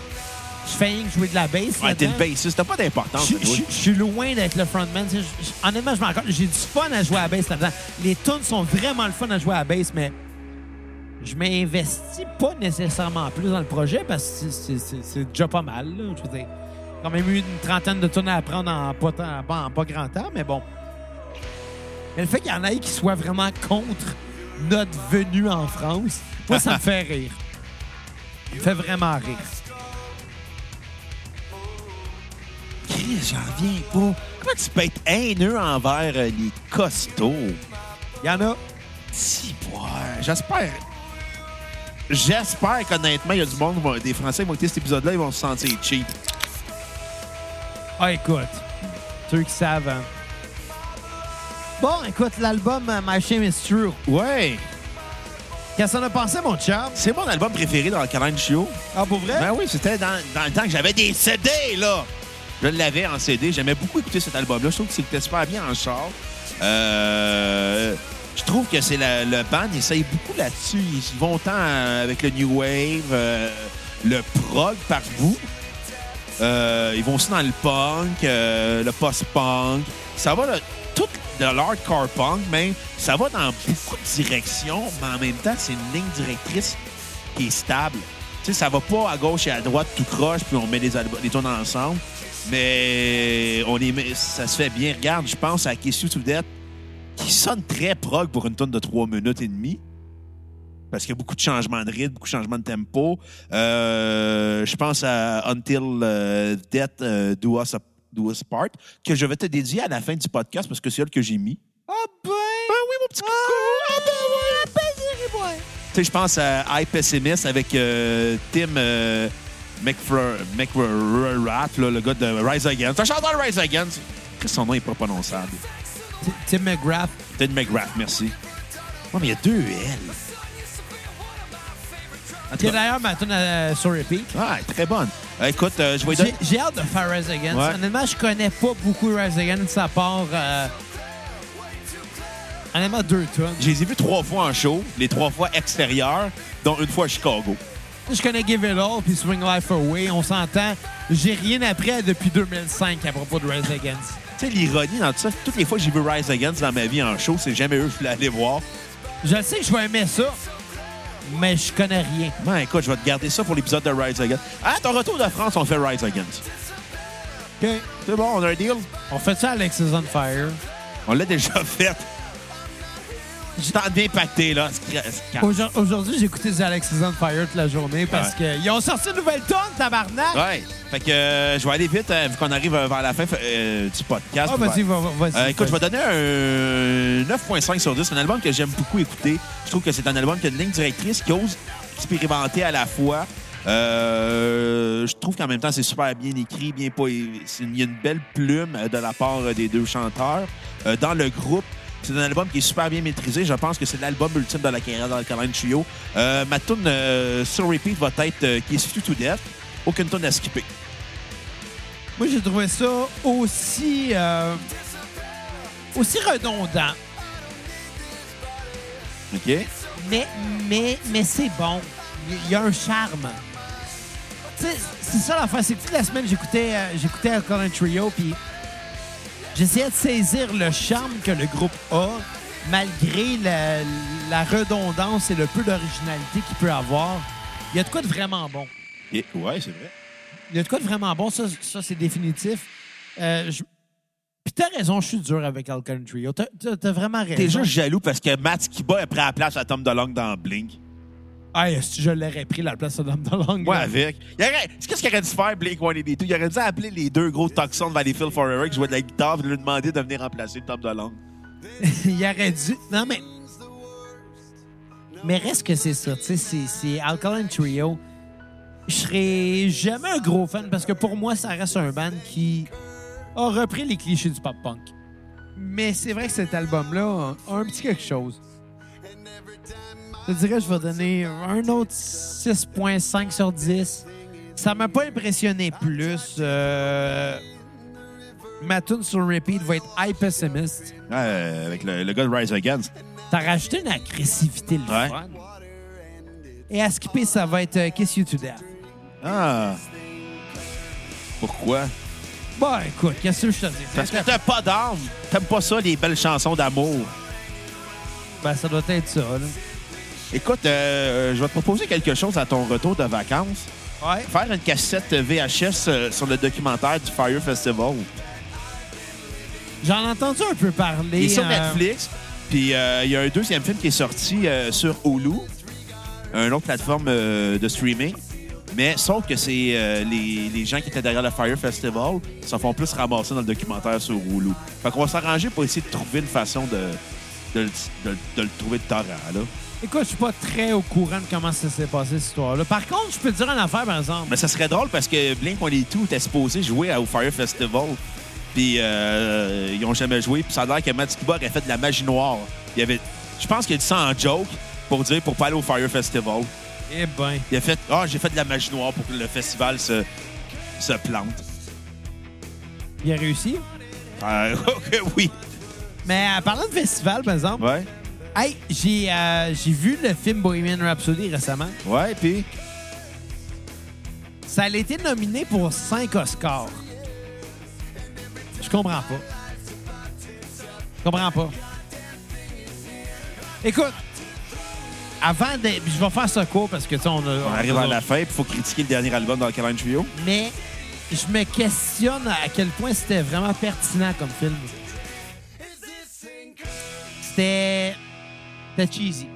je fais rien que jouer de la bass. Ouais, t'es le là-dedans. bassiste, t'as pas d'importance. Je, je- anyway. je suis loin d'être le frontman. tu sais, je- je- honnêtement, je m'en rends compte. J'ai du fun à jouer à la bass là-dedans. Les tunes sont vraiment le fun à jouer à la bass, mais je m'investis pas nécessairement plus dans le projet parce que c'est- c'est- c'est- c'est déjà pas mal. là. Je veux dire, quand même eu une trentaine de tunes à apprendre en pas, tant- en pas- en pas grand temps, mais bon. Mais le fait qu'il y en ait qui soient vraiment contre notre venue en France, moi, ça me fait rire. Ça me fait vraiment rire. Chris, j'en viens pas. Comment tu peux être haineux envers euh, les costauds? Il y en a. Si, ouais, j'espère. J'espère qu'honnêtement, il y a du monde, qui va- des Français qui vont écouter cet épisode-là, ils vont se sentir cheap. Ah, écoute, ceux qui savent. hein. Bon, écoute, l'album euh, My Shame is True. Ouais. Qu'est-ce qu'on a pensé, mon chum? C'est mon album préféré dans le calendrier show. Ah, pour vrai? Ben oui, c'était dans, dans le temps que j'avais des CD, là. Je l'avais en CD. J'aimais beaucoup écouter cet album-là. Je trouve que c'était super bien en char. Euh, je trouve que c'est la- le band, ils essayent beaucoup là-dessus. Ils vont autant euh, avec le New Wave, euh, le prog par bout. Euh, ils vont aussi dans le punk, euh, le post-punk. Ça va, là, tout de l'hardcore punk, mais ça va dans beaucoup de directions, mais en même temps, c'est une ligne directrice qui est stable. Tu sais, ça va pas à gauche et à droite tout croche, puis on met les, albums- les tunes ensemble. Mais on les met- ça se fait bien. Regarde, je pense à Kissu Soudette, qui sonne très prog pour une tonne de 3 minutes et demie. Parce qu'il y a beaucoup de changements de rythme, beaucoup de changements de tempo. Euh, je pense à Until euh, Death euh, Do, Us Do Us Part, que je vais te dédier à la fin du podcast parce que c'est elle que j'ai mis. Ah, ben! Ben oui, mon petit coucou! Ah, ben oui! Tu sais, je pense à I Pessimist avec euh, Tim euh, McFra- McRath, là, le gars de Rise Against. Un chanteur de Rise Against. Chris, Son nom est pas prononçable. T- Tim McGrath. Tim McGrath, merci. Ouais, mais il y a deux L. En Qui tout est cas, d'ailleurs ma tune euh, sur repeat. ouais, très bonne. Euh, écoute, euh, je vais J'ai donner... j'ai hâte de faire Rise Against. Ouais. Honnêtement, je connais pas beaucoup Rise Against à part. euh, Honnêtement, deux tunes. Je les ai vus trois fois en show, les trois fois extérieurs, dont une fois à Chicago. Je connais Give It All puis Swing Life Away. On s'entend. J'ai rien appris depuis 2005 à propos de Rise Against. Tu sais, l'ironie dans tout ça, toutes les fois que j'ai vu Rise Against dans ma vie en show, c'est jamais eux que je voulais aller voir. Je sais que je vais aimer ça, mais je connais rien. Ben, écoute, je vais te garder ça pour l'épisode de Rise Against. À ton retour de France, on fait Rise Against. C'est bon, on a un deal. On fait ça à Alexis on Fire. On l'a déjà fait. Je t'en ai pacté, là. C'est- Aujourd- Aujourd'hui, j'ai écouté du Alexis on Fire toute la journée parce qu'ils ont sorti une nouvelle tonne, tabarnak! Ouais. Fait que euh, je vais aller vite, hein, vu qu'on arrive euh, vers la fin euh, du podcast. Ah, vas-y, va- va- vas-y. Euh, écoute, je vais donner un 9.5 sur 10. C'est un album que j'aime beaucoup écouter. Je trouve que c'est un album qui a une ligne directrice, qui ose expérimenter à la fois. Euh, je trouve qu'en même temps, c'est super bien écrit, bien pas. Il y a une belle plume euh, de la part euh, des deux chanteurs. Euh, dans le groupe, c'est un album qui est super bien maîtrisé. Je pense que c'est l'album ultime de la carrière d'Alkaline Trio. Euh, ma tune euh, sur repeat va être euh, Kiss You to Death. Aucune tune à skipper. Moi, j'ai trouvé ça aussi, euh, aussi redondant, OK? mais, mais, mais c'est bon. Il y a un charme. Tu sais, c'est ça l'affaire. C'est que toute la semaine, j'écoutais euh, j'écoutais Colin Trio, puis j'essayais de saisir le charme que le groupe a, malgré la, la redondance et le peu d'originalité qu'il peut avoir. Il y a de quoi de vraiment bon. Et- ouais, c'est vrai. Il y a de quoi de vraiment bon, ça, ça c'est définitif. Euh, je- Puis t'as raison, je suis dur avec Alkaline Trio. T'as- T'as t'as vraiment raison. T'es juste jaloux parce que Matt Skiba a pris la place à Tom DeLonge dans Blink. Ah, si je l'aurais pris la place de Dame Dolangue. Moi, avec. Il aurait- c'est Qu'est-ce qu'il aurait dû faire, Blink 182? Il aurait dû appeler les deux gros toxons de Valleyfield Forever qui jouaient de la guitare et lui demander de venir remplacer Tom DeLonge. Il aurait dû. Non, mais. Mais reste que c'est ça. Tu sais, c'est- c'est Alkaline Trio. Je serais jamais un gros fan parce que pour moi, ça reste un band qui a repris les clichés du pop-punk. Mais c'est vrai que cet album-là a un petit quelque chose. Je te dirais, je vais donner un autre 6.5 sur 10. Ça m'a pas impressionné plus. euh, ma tune sur repeat va être High Pessimist. Ouais, euh, avec le, le gars de Rise Against. T'as rajouté une agressivité, le Ouais. fun. Et à skipper, ça va être euh, Kiss You To Death. Ah. Pourquoi? Bon, écoute, qu'est-ce que je te dis? Parce que t'as pas d'âme. T'aimes pas ça, les belles chansons d'amour. Ben, ça doit être ça, là. Écoute, euh, je vais te proposer quelque chose à ton retour de vacances. Ouais. Faire une cassette VHS euh, sur le documentaire du Fire Festival. J'en ai entendu un peu parler. Il est sur euh, Netflix. Puis euh, il y a un deuxième film qui est sorti euh, sur Hulu, une autre plateforme euh, de streaming. Mais sauf que c'est euh, les, les gens qui étaient derrière le Fire Festival s'en font plus ramasser dans le documentaire sur Hulu. Fait qu'on va s'arranger pour essayer de trouver une façon de, de, le- de- de le trouver de torrent, là. Écoute, je suis pas très au courant de comment ça s'est passé, cette histoire-là. Par contre, je peux te dire une affaire, par exemple. Mais ça serait drôle parce que Blink-182 était supposé jouer au Fire Festival. Puis euh, ils ont jamais joué. Puis ça a l'air que Matt Skiba aurait fait de la magie noire. Il avait, je pense qu'il a dit ça en joke pour dire pour pas aller au Fire Festival. Eh ben. Il a fait Ah, j'ai fait de la magie noire pour que le festival se, se plante. Il a réussi. Euh, ok, oui. Mais en parlant de festival, par exemple, Ouais. hey, j'ai euh, j'ai vu le film Bohemian Rhapsody récemment. Ouais, puis. Ça a été nominé pour 5 Oscars. Je comprends pas. Je comprends pas. Écoute, avant de. puis Je vais faire ça court parce que, tu sais, on, a- On arrive à la fin, puis il faut critiquer le dernier album dans le calendrier. Mais je me questionne à quel point c'était vraiment pertinent comme film. C'était. C'était cheesy.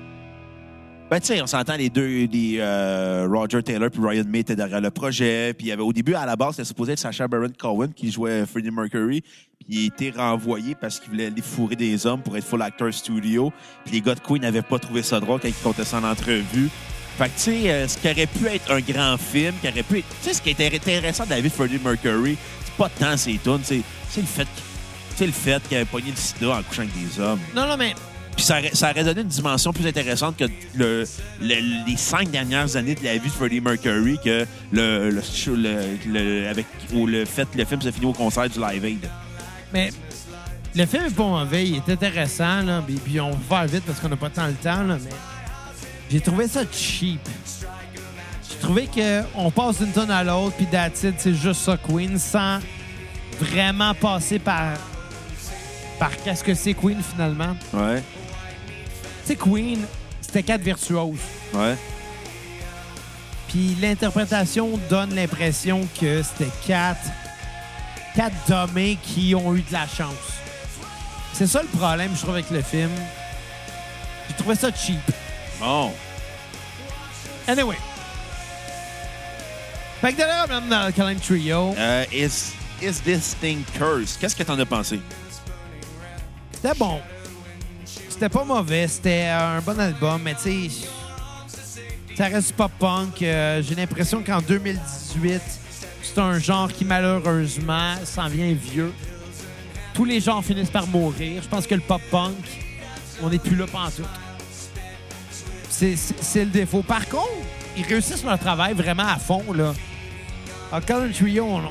Ben, tu sais, on s'entend, les deux, les, euh, Roger Taylor puis Ryan May étaient derrière le projet. Puis il y avait, au début, à la base, c'était supposé être Sacha Baron Cohen qui jouait Freddie Mercury. Puis il a été renvoyé parce qu'il voulait aller fourrer des hommes pour être full actor studio. Puis les gars de Queen n'avaient pas trouvé ça drôle quand ils comptaient ça en entrevue. Fait que, tu sais, euh, ce qui aurait pu être un grand film, qui aurait pu être... Tu sais, ce qui était intéressant de la vie de Freddie Mercury, c'est pas tant ses tunes, c'est c'est le fait qu'il- c'est le fait qu'il avait pogné le sida en couchant avec des hommes. Non, non, mais. Puis ça, aurait- ça aurait donné une dimension plus intéressante que le, le- les cinq dernières années de la vie de Freddie Mercury que le, le, show- le- le- avec ou le fait que le film se finit au concert du Live Aid. Mais le film est pas mauvais, il est intéressant, là. Puis, puis on va faire vite parce qu'on n'a pas tant le temps, là. Mais j'ai trouvé ça cheap. J'ai trouvé qu'on passe d'une tonne à l'autre, puis that's it, c'est juste ça, Queen, sans vraiment passer par. par qu'est-ce que c'est Queen finalement. Ouais, Tu sais, Queen, c'était quatre virtuoses. ouais. Puis l'interprétation donne l'impression que c'était quatre, quatre domaines qui ont eu de la chance. C'est ça le problème, je trouve, avec le film. J'ai trouvé ça cheap. Bon. Anyway. Fait que d'ailleurs, même dans le Calendar Trio, Euh, is, is this thing cursed? Qu'est-ce que t'en as pensé? c'était bon. C'était pas mauvais, c'était euh, un bon album, mais tu sais, ça reste du pop-punk. Euh, J'ai l'impression qu'en 2018, c'est un genre qui, malheureusement, s'en vient vieux. Tous les genres finissent par mourir. Je pense que le pop-punk, on n'est plus là pantoute. C'est- C'est c'est le défaut. Par contre, ils réussissent leur travail vraiment à fond, là. En Colin Trio, on, on,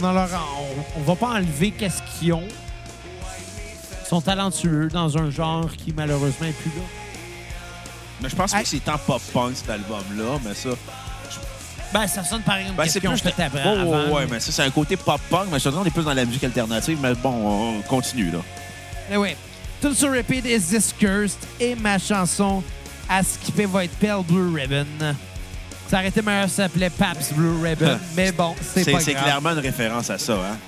on en leur- on- on va pas enlever qu'est-ce qu'ils ont. Ils sont talentueux dans un genre qui, malheureusement, est plus là. Mais je pense Hey. que c'est tant pop-punk, cet album-là, mais ça... Ben, ça sonne par exemple Ben, qu'est-ce qu'on plus- fait après- Ouais, ouais, avant. oh, ouais, mais ça, c'est un côté pop-punk, mais je te dis, on est plus dans la musique alternative, mais bon, on continue, là. Mais ouais. Tout Ben sur repeat is this cursed et ma chanson à skipper va être Pale Blue Ribbon. Ça aurait été meilleur si ça s'appelait Paps Blue Ribbon, mais bon, c'est C'est pas grave. c'est clairement une référence à ça, hein?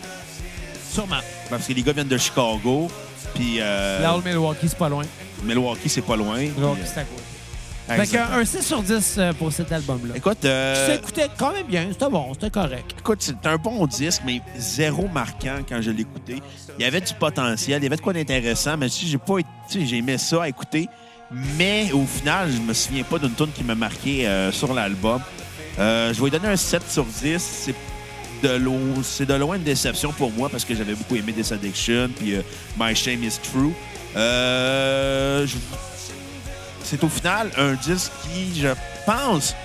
Sûrement. Parce que les gars viennent de Chicago, puis euh, La Old Milwaukee, c'est pas loin. Milwaukee, c'est pas loin. puis, Milwaukee, euh, c'est à côté. Fait exact. qu'un un 6 sur 10 euh, pour cet album-là. Écoute, euh, Ça écoutait quand même bien, c'était bon, c'était correct. écoute, c'est un bon disque, mais zéro marquant quand je l'ai écouté. Il y avait du potentiel, il y avait de quoi d'intéressant, mais si j'ai pas, été- tu sais, j'aimais ça à écouter. Mais au final, je me souviens pas d'une tune qui m'a marqué euh, sur l'album. Euh, je vais lui donner un 7 sur 10. C'est de, lo- c'est de loin une déception pour moi parce que j'avais beaucoup aimé This Addiction puis euh, My Shame Is True. Euh, je- C'est au final un disque qui, je pense,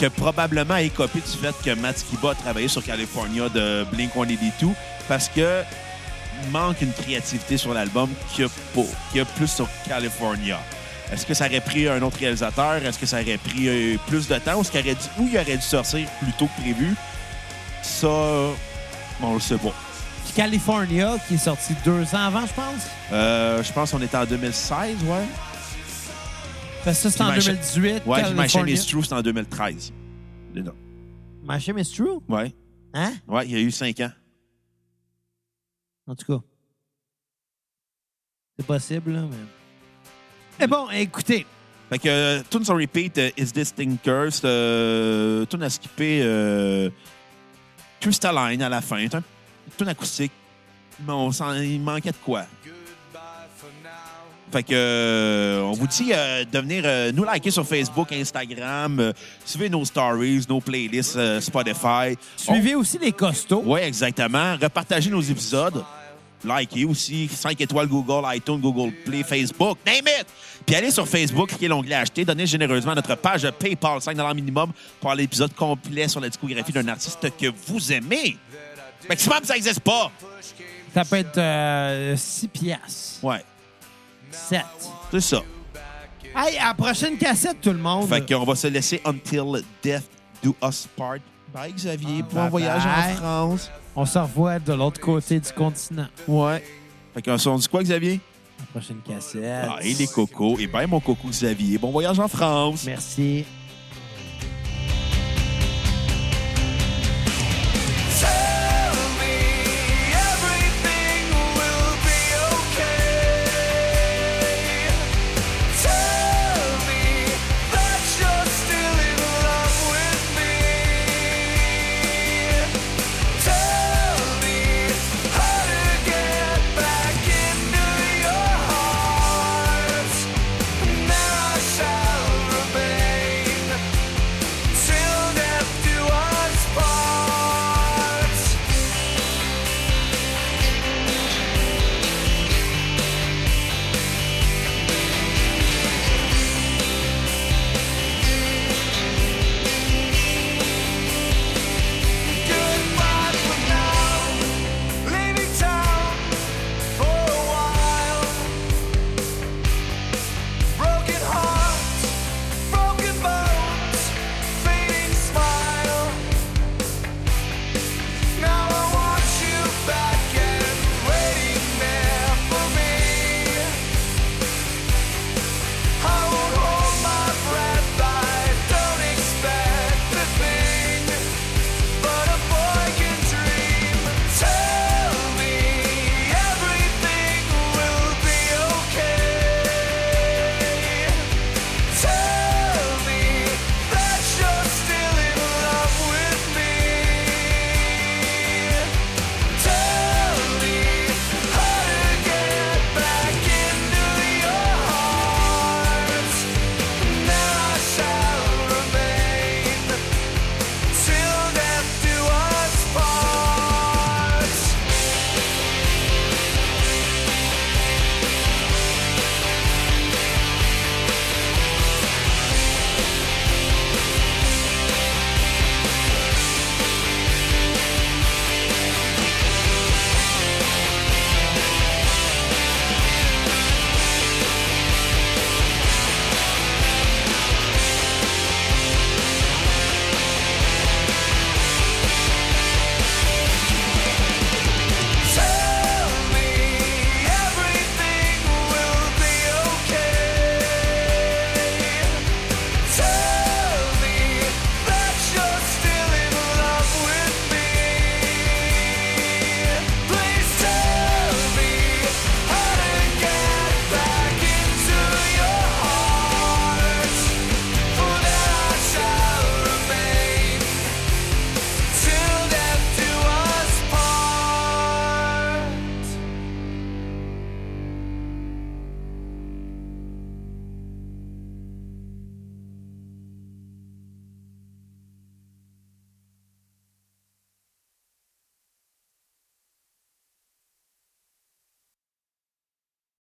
que probablement est copié du fait que Matt Skiba a travaillé sur California de Blink 182 parce que manque une créativité sur l'album qu'il y a pas- qu'il y a plus sur California. Est-ce que ça aurait pris un autre réalisateur? Est-ce que ça aurait pris euh, plus de temps? Ou, ce qu'il aurait dû, ou il aurait dû sortir plus tôt que prévu? Ça, on le sait pas. Puis California, qui est sorti deux ans avant, je pense. Euh, je pense qu'on était en 2016, ouais. Parce que ça, c'est Puis en ma cha- 2018. Ouais, puis My Shame California. is True, c'est en 2013. Les deux. My Shame is True? Ouais. Hein? Ouais, il y a eu cinq ans. En tout cas. C'est possible, là, mais... Mais Eh bon, écoutez. Fait que euh, Tunes on Repeat, euh, Is This Thing Cursed? Euh, tune à skipper, euh, Crystalline à la fin. C'est un- Tune acoustique. Mais on s'en- il manquait de quoi. Goodbye for now. Fait que euh, on vous dit euh, de venir euh, nous liker sur Facebook, Instagram, euh, suivez nos stories, nos playlists, euh, Spotify. Suivez aussi les costauds. Oui, exactement. Repartagez nos épisodes. Likez aussi. 5 étoiles Google, iTunes, Google Play, Facebook. Name it! Puis allez sur Facebook, cliquez l'onglet Acheter. Donnez généreusement à notre page PayPal, 5 minimum, pour avoir l'épisode complet sur la discographie d'un artiste que vous aimez. Maximum, ça n'existe pas! Ça peut être euh, 6 piastres. Ouais, 7. c'est ça. Hey, à la prochaine cassette, tout le monde. Fait qu'on va se laisser Until Death Do Us Part. Bye, Xavier. Bon bye voyage bye. en France. On se revoit de l'autre côté du continent. Ouais. Fait qu'on on dit quoi, Xavier? À la prochaine cassette. Ah, et les cocos. Et ben mon coco, Xavier. Bon voyage en France. Merci.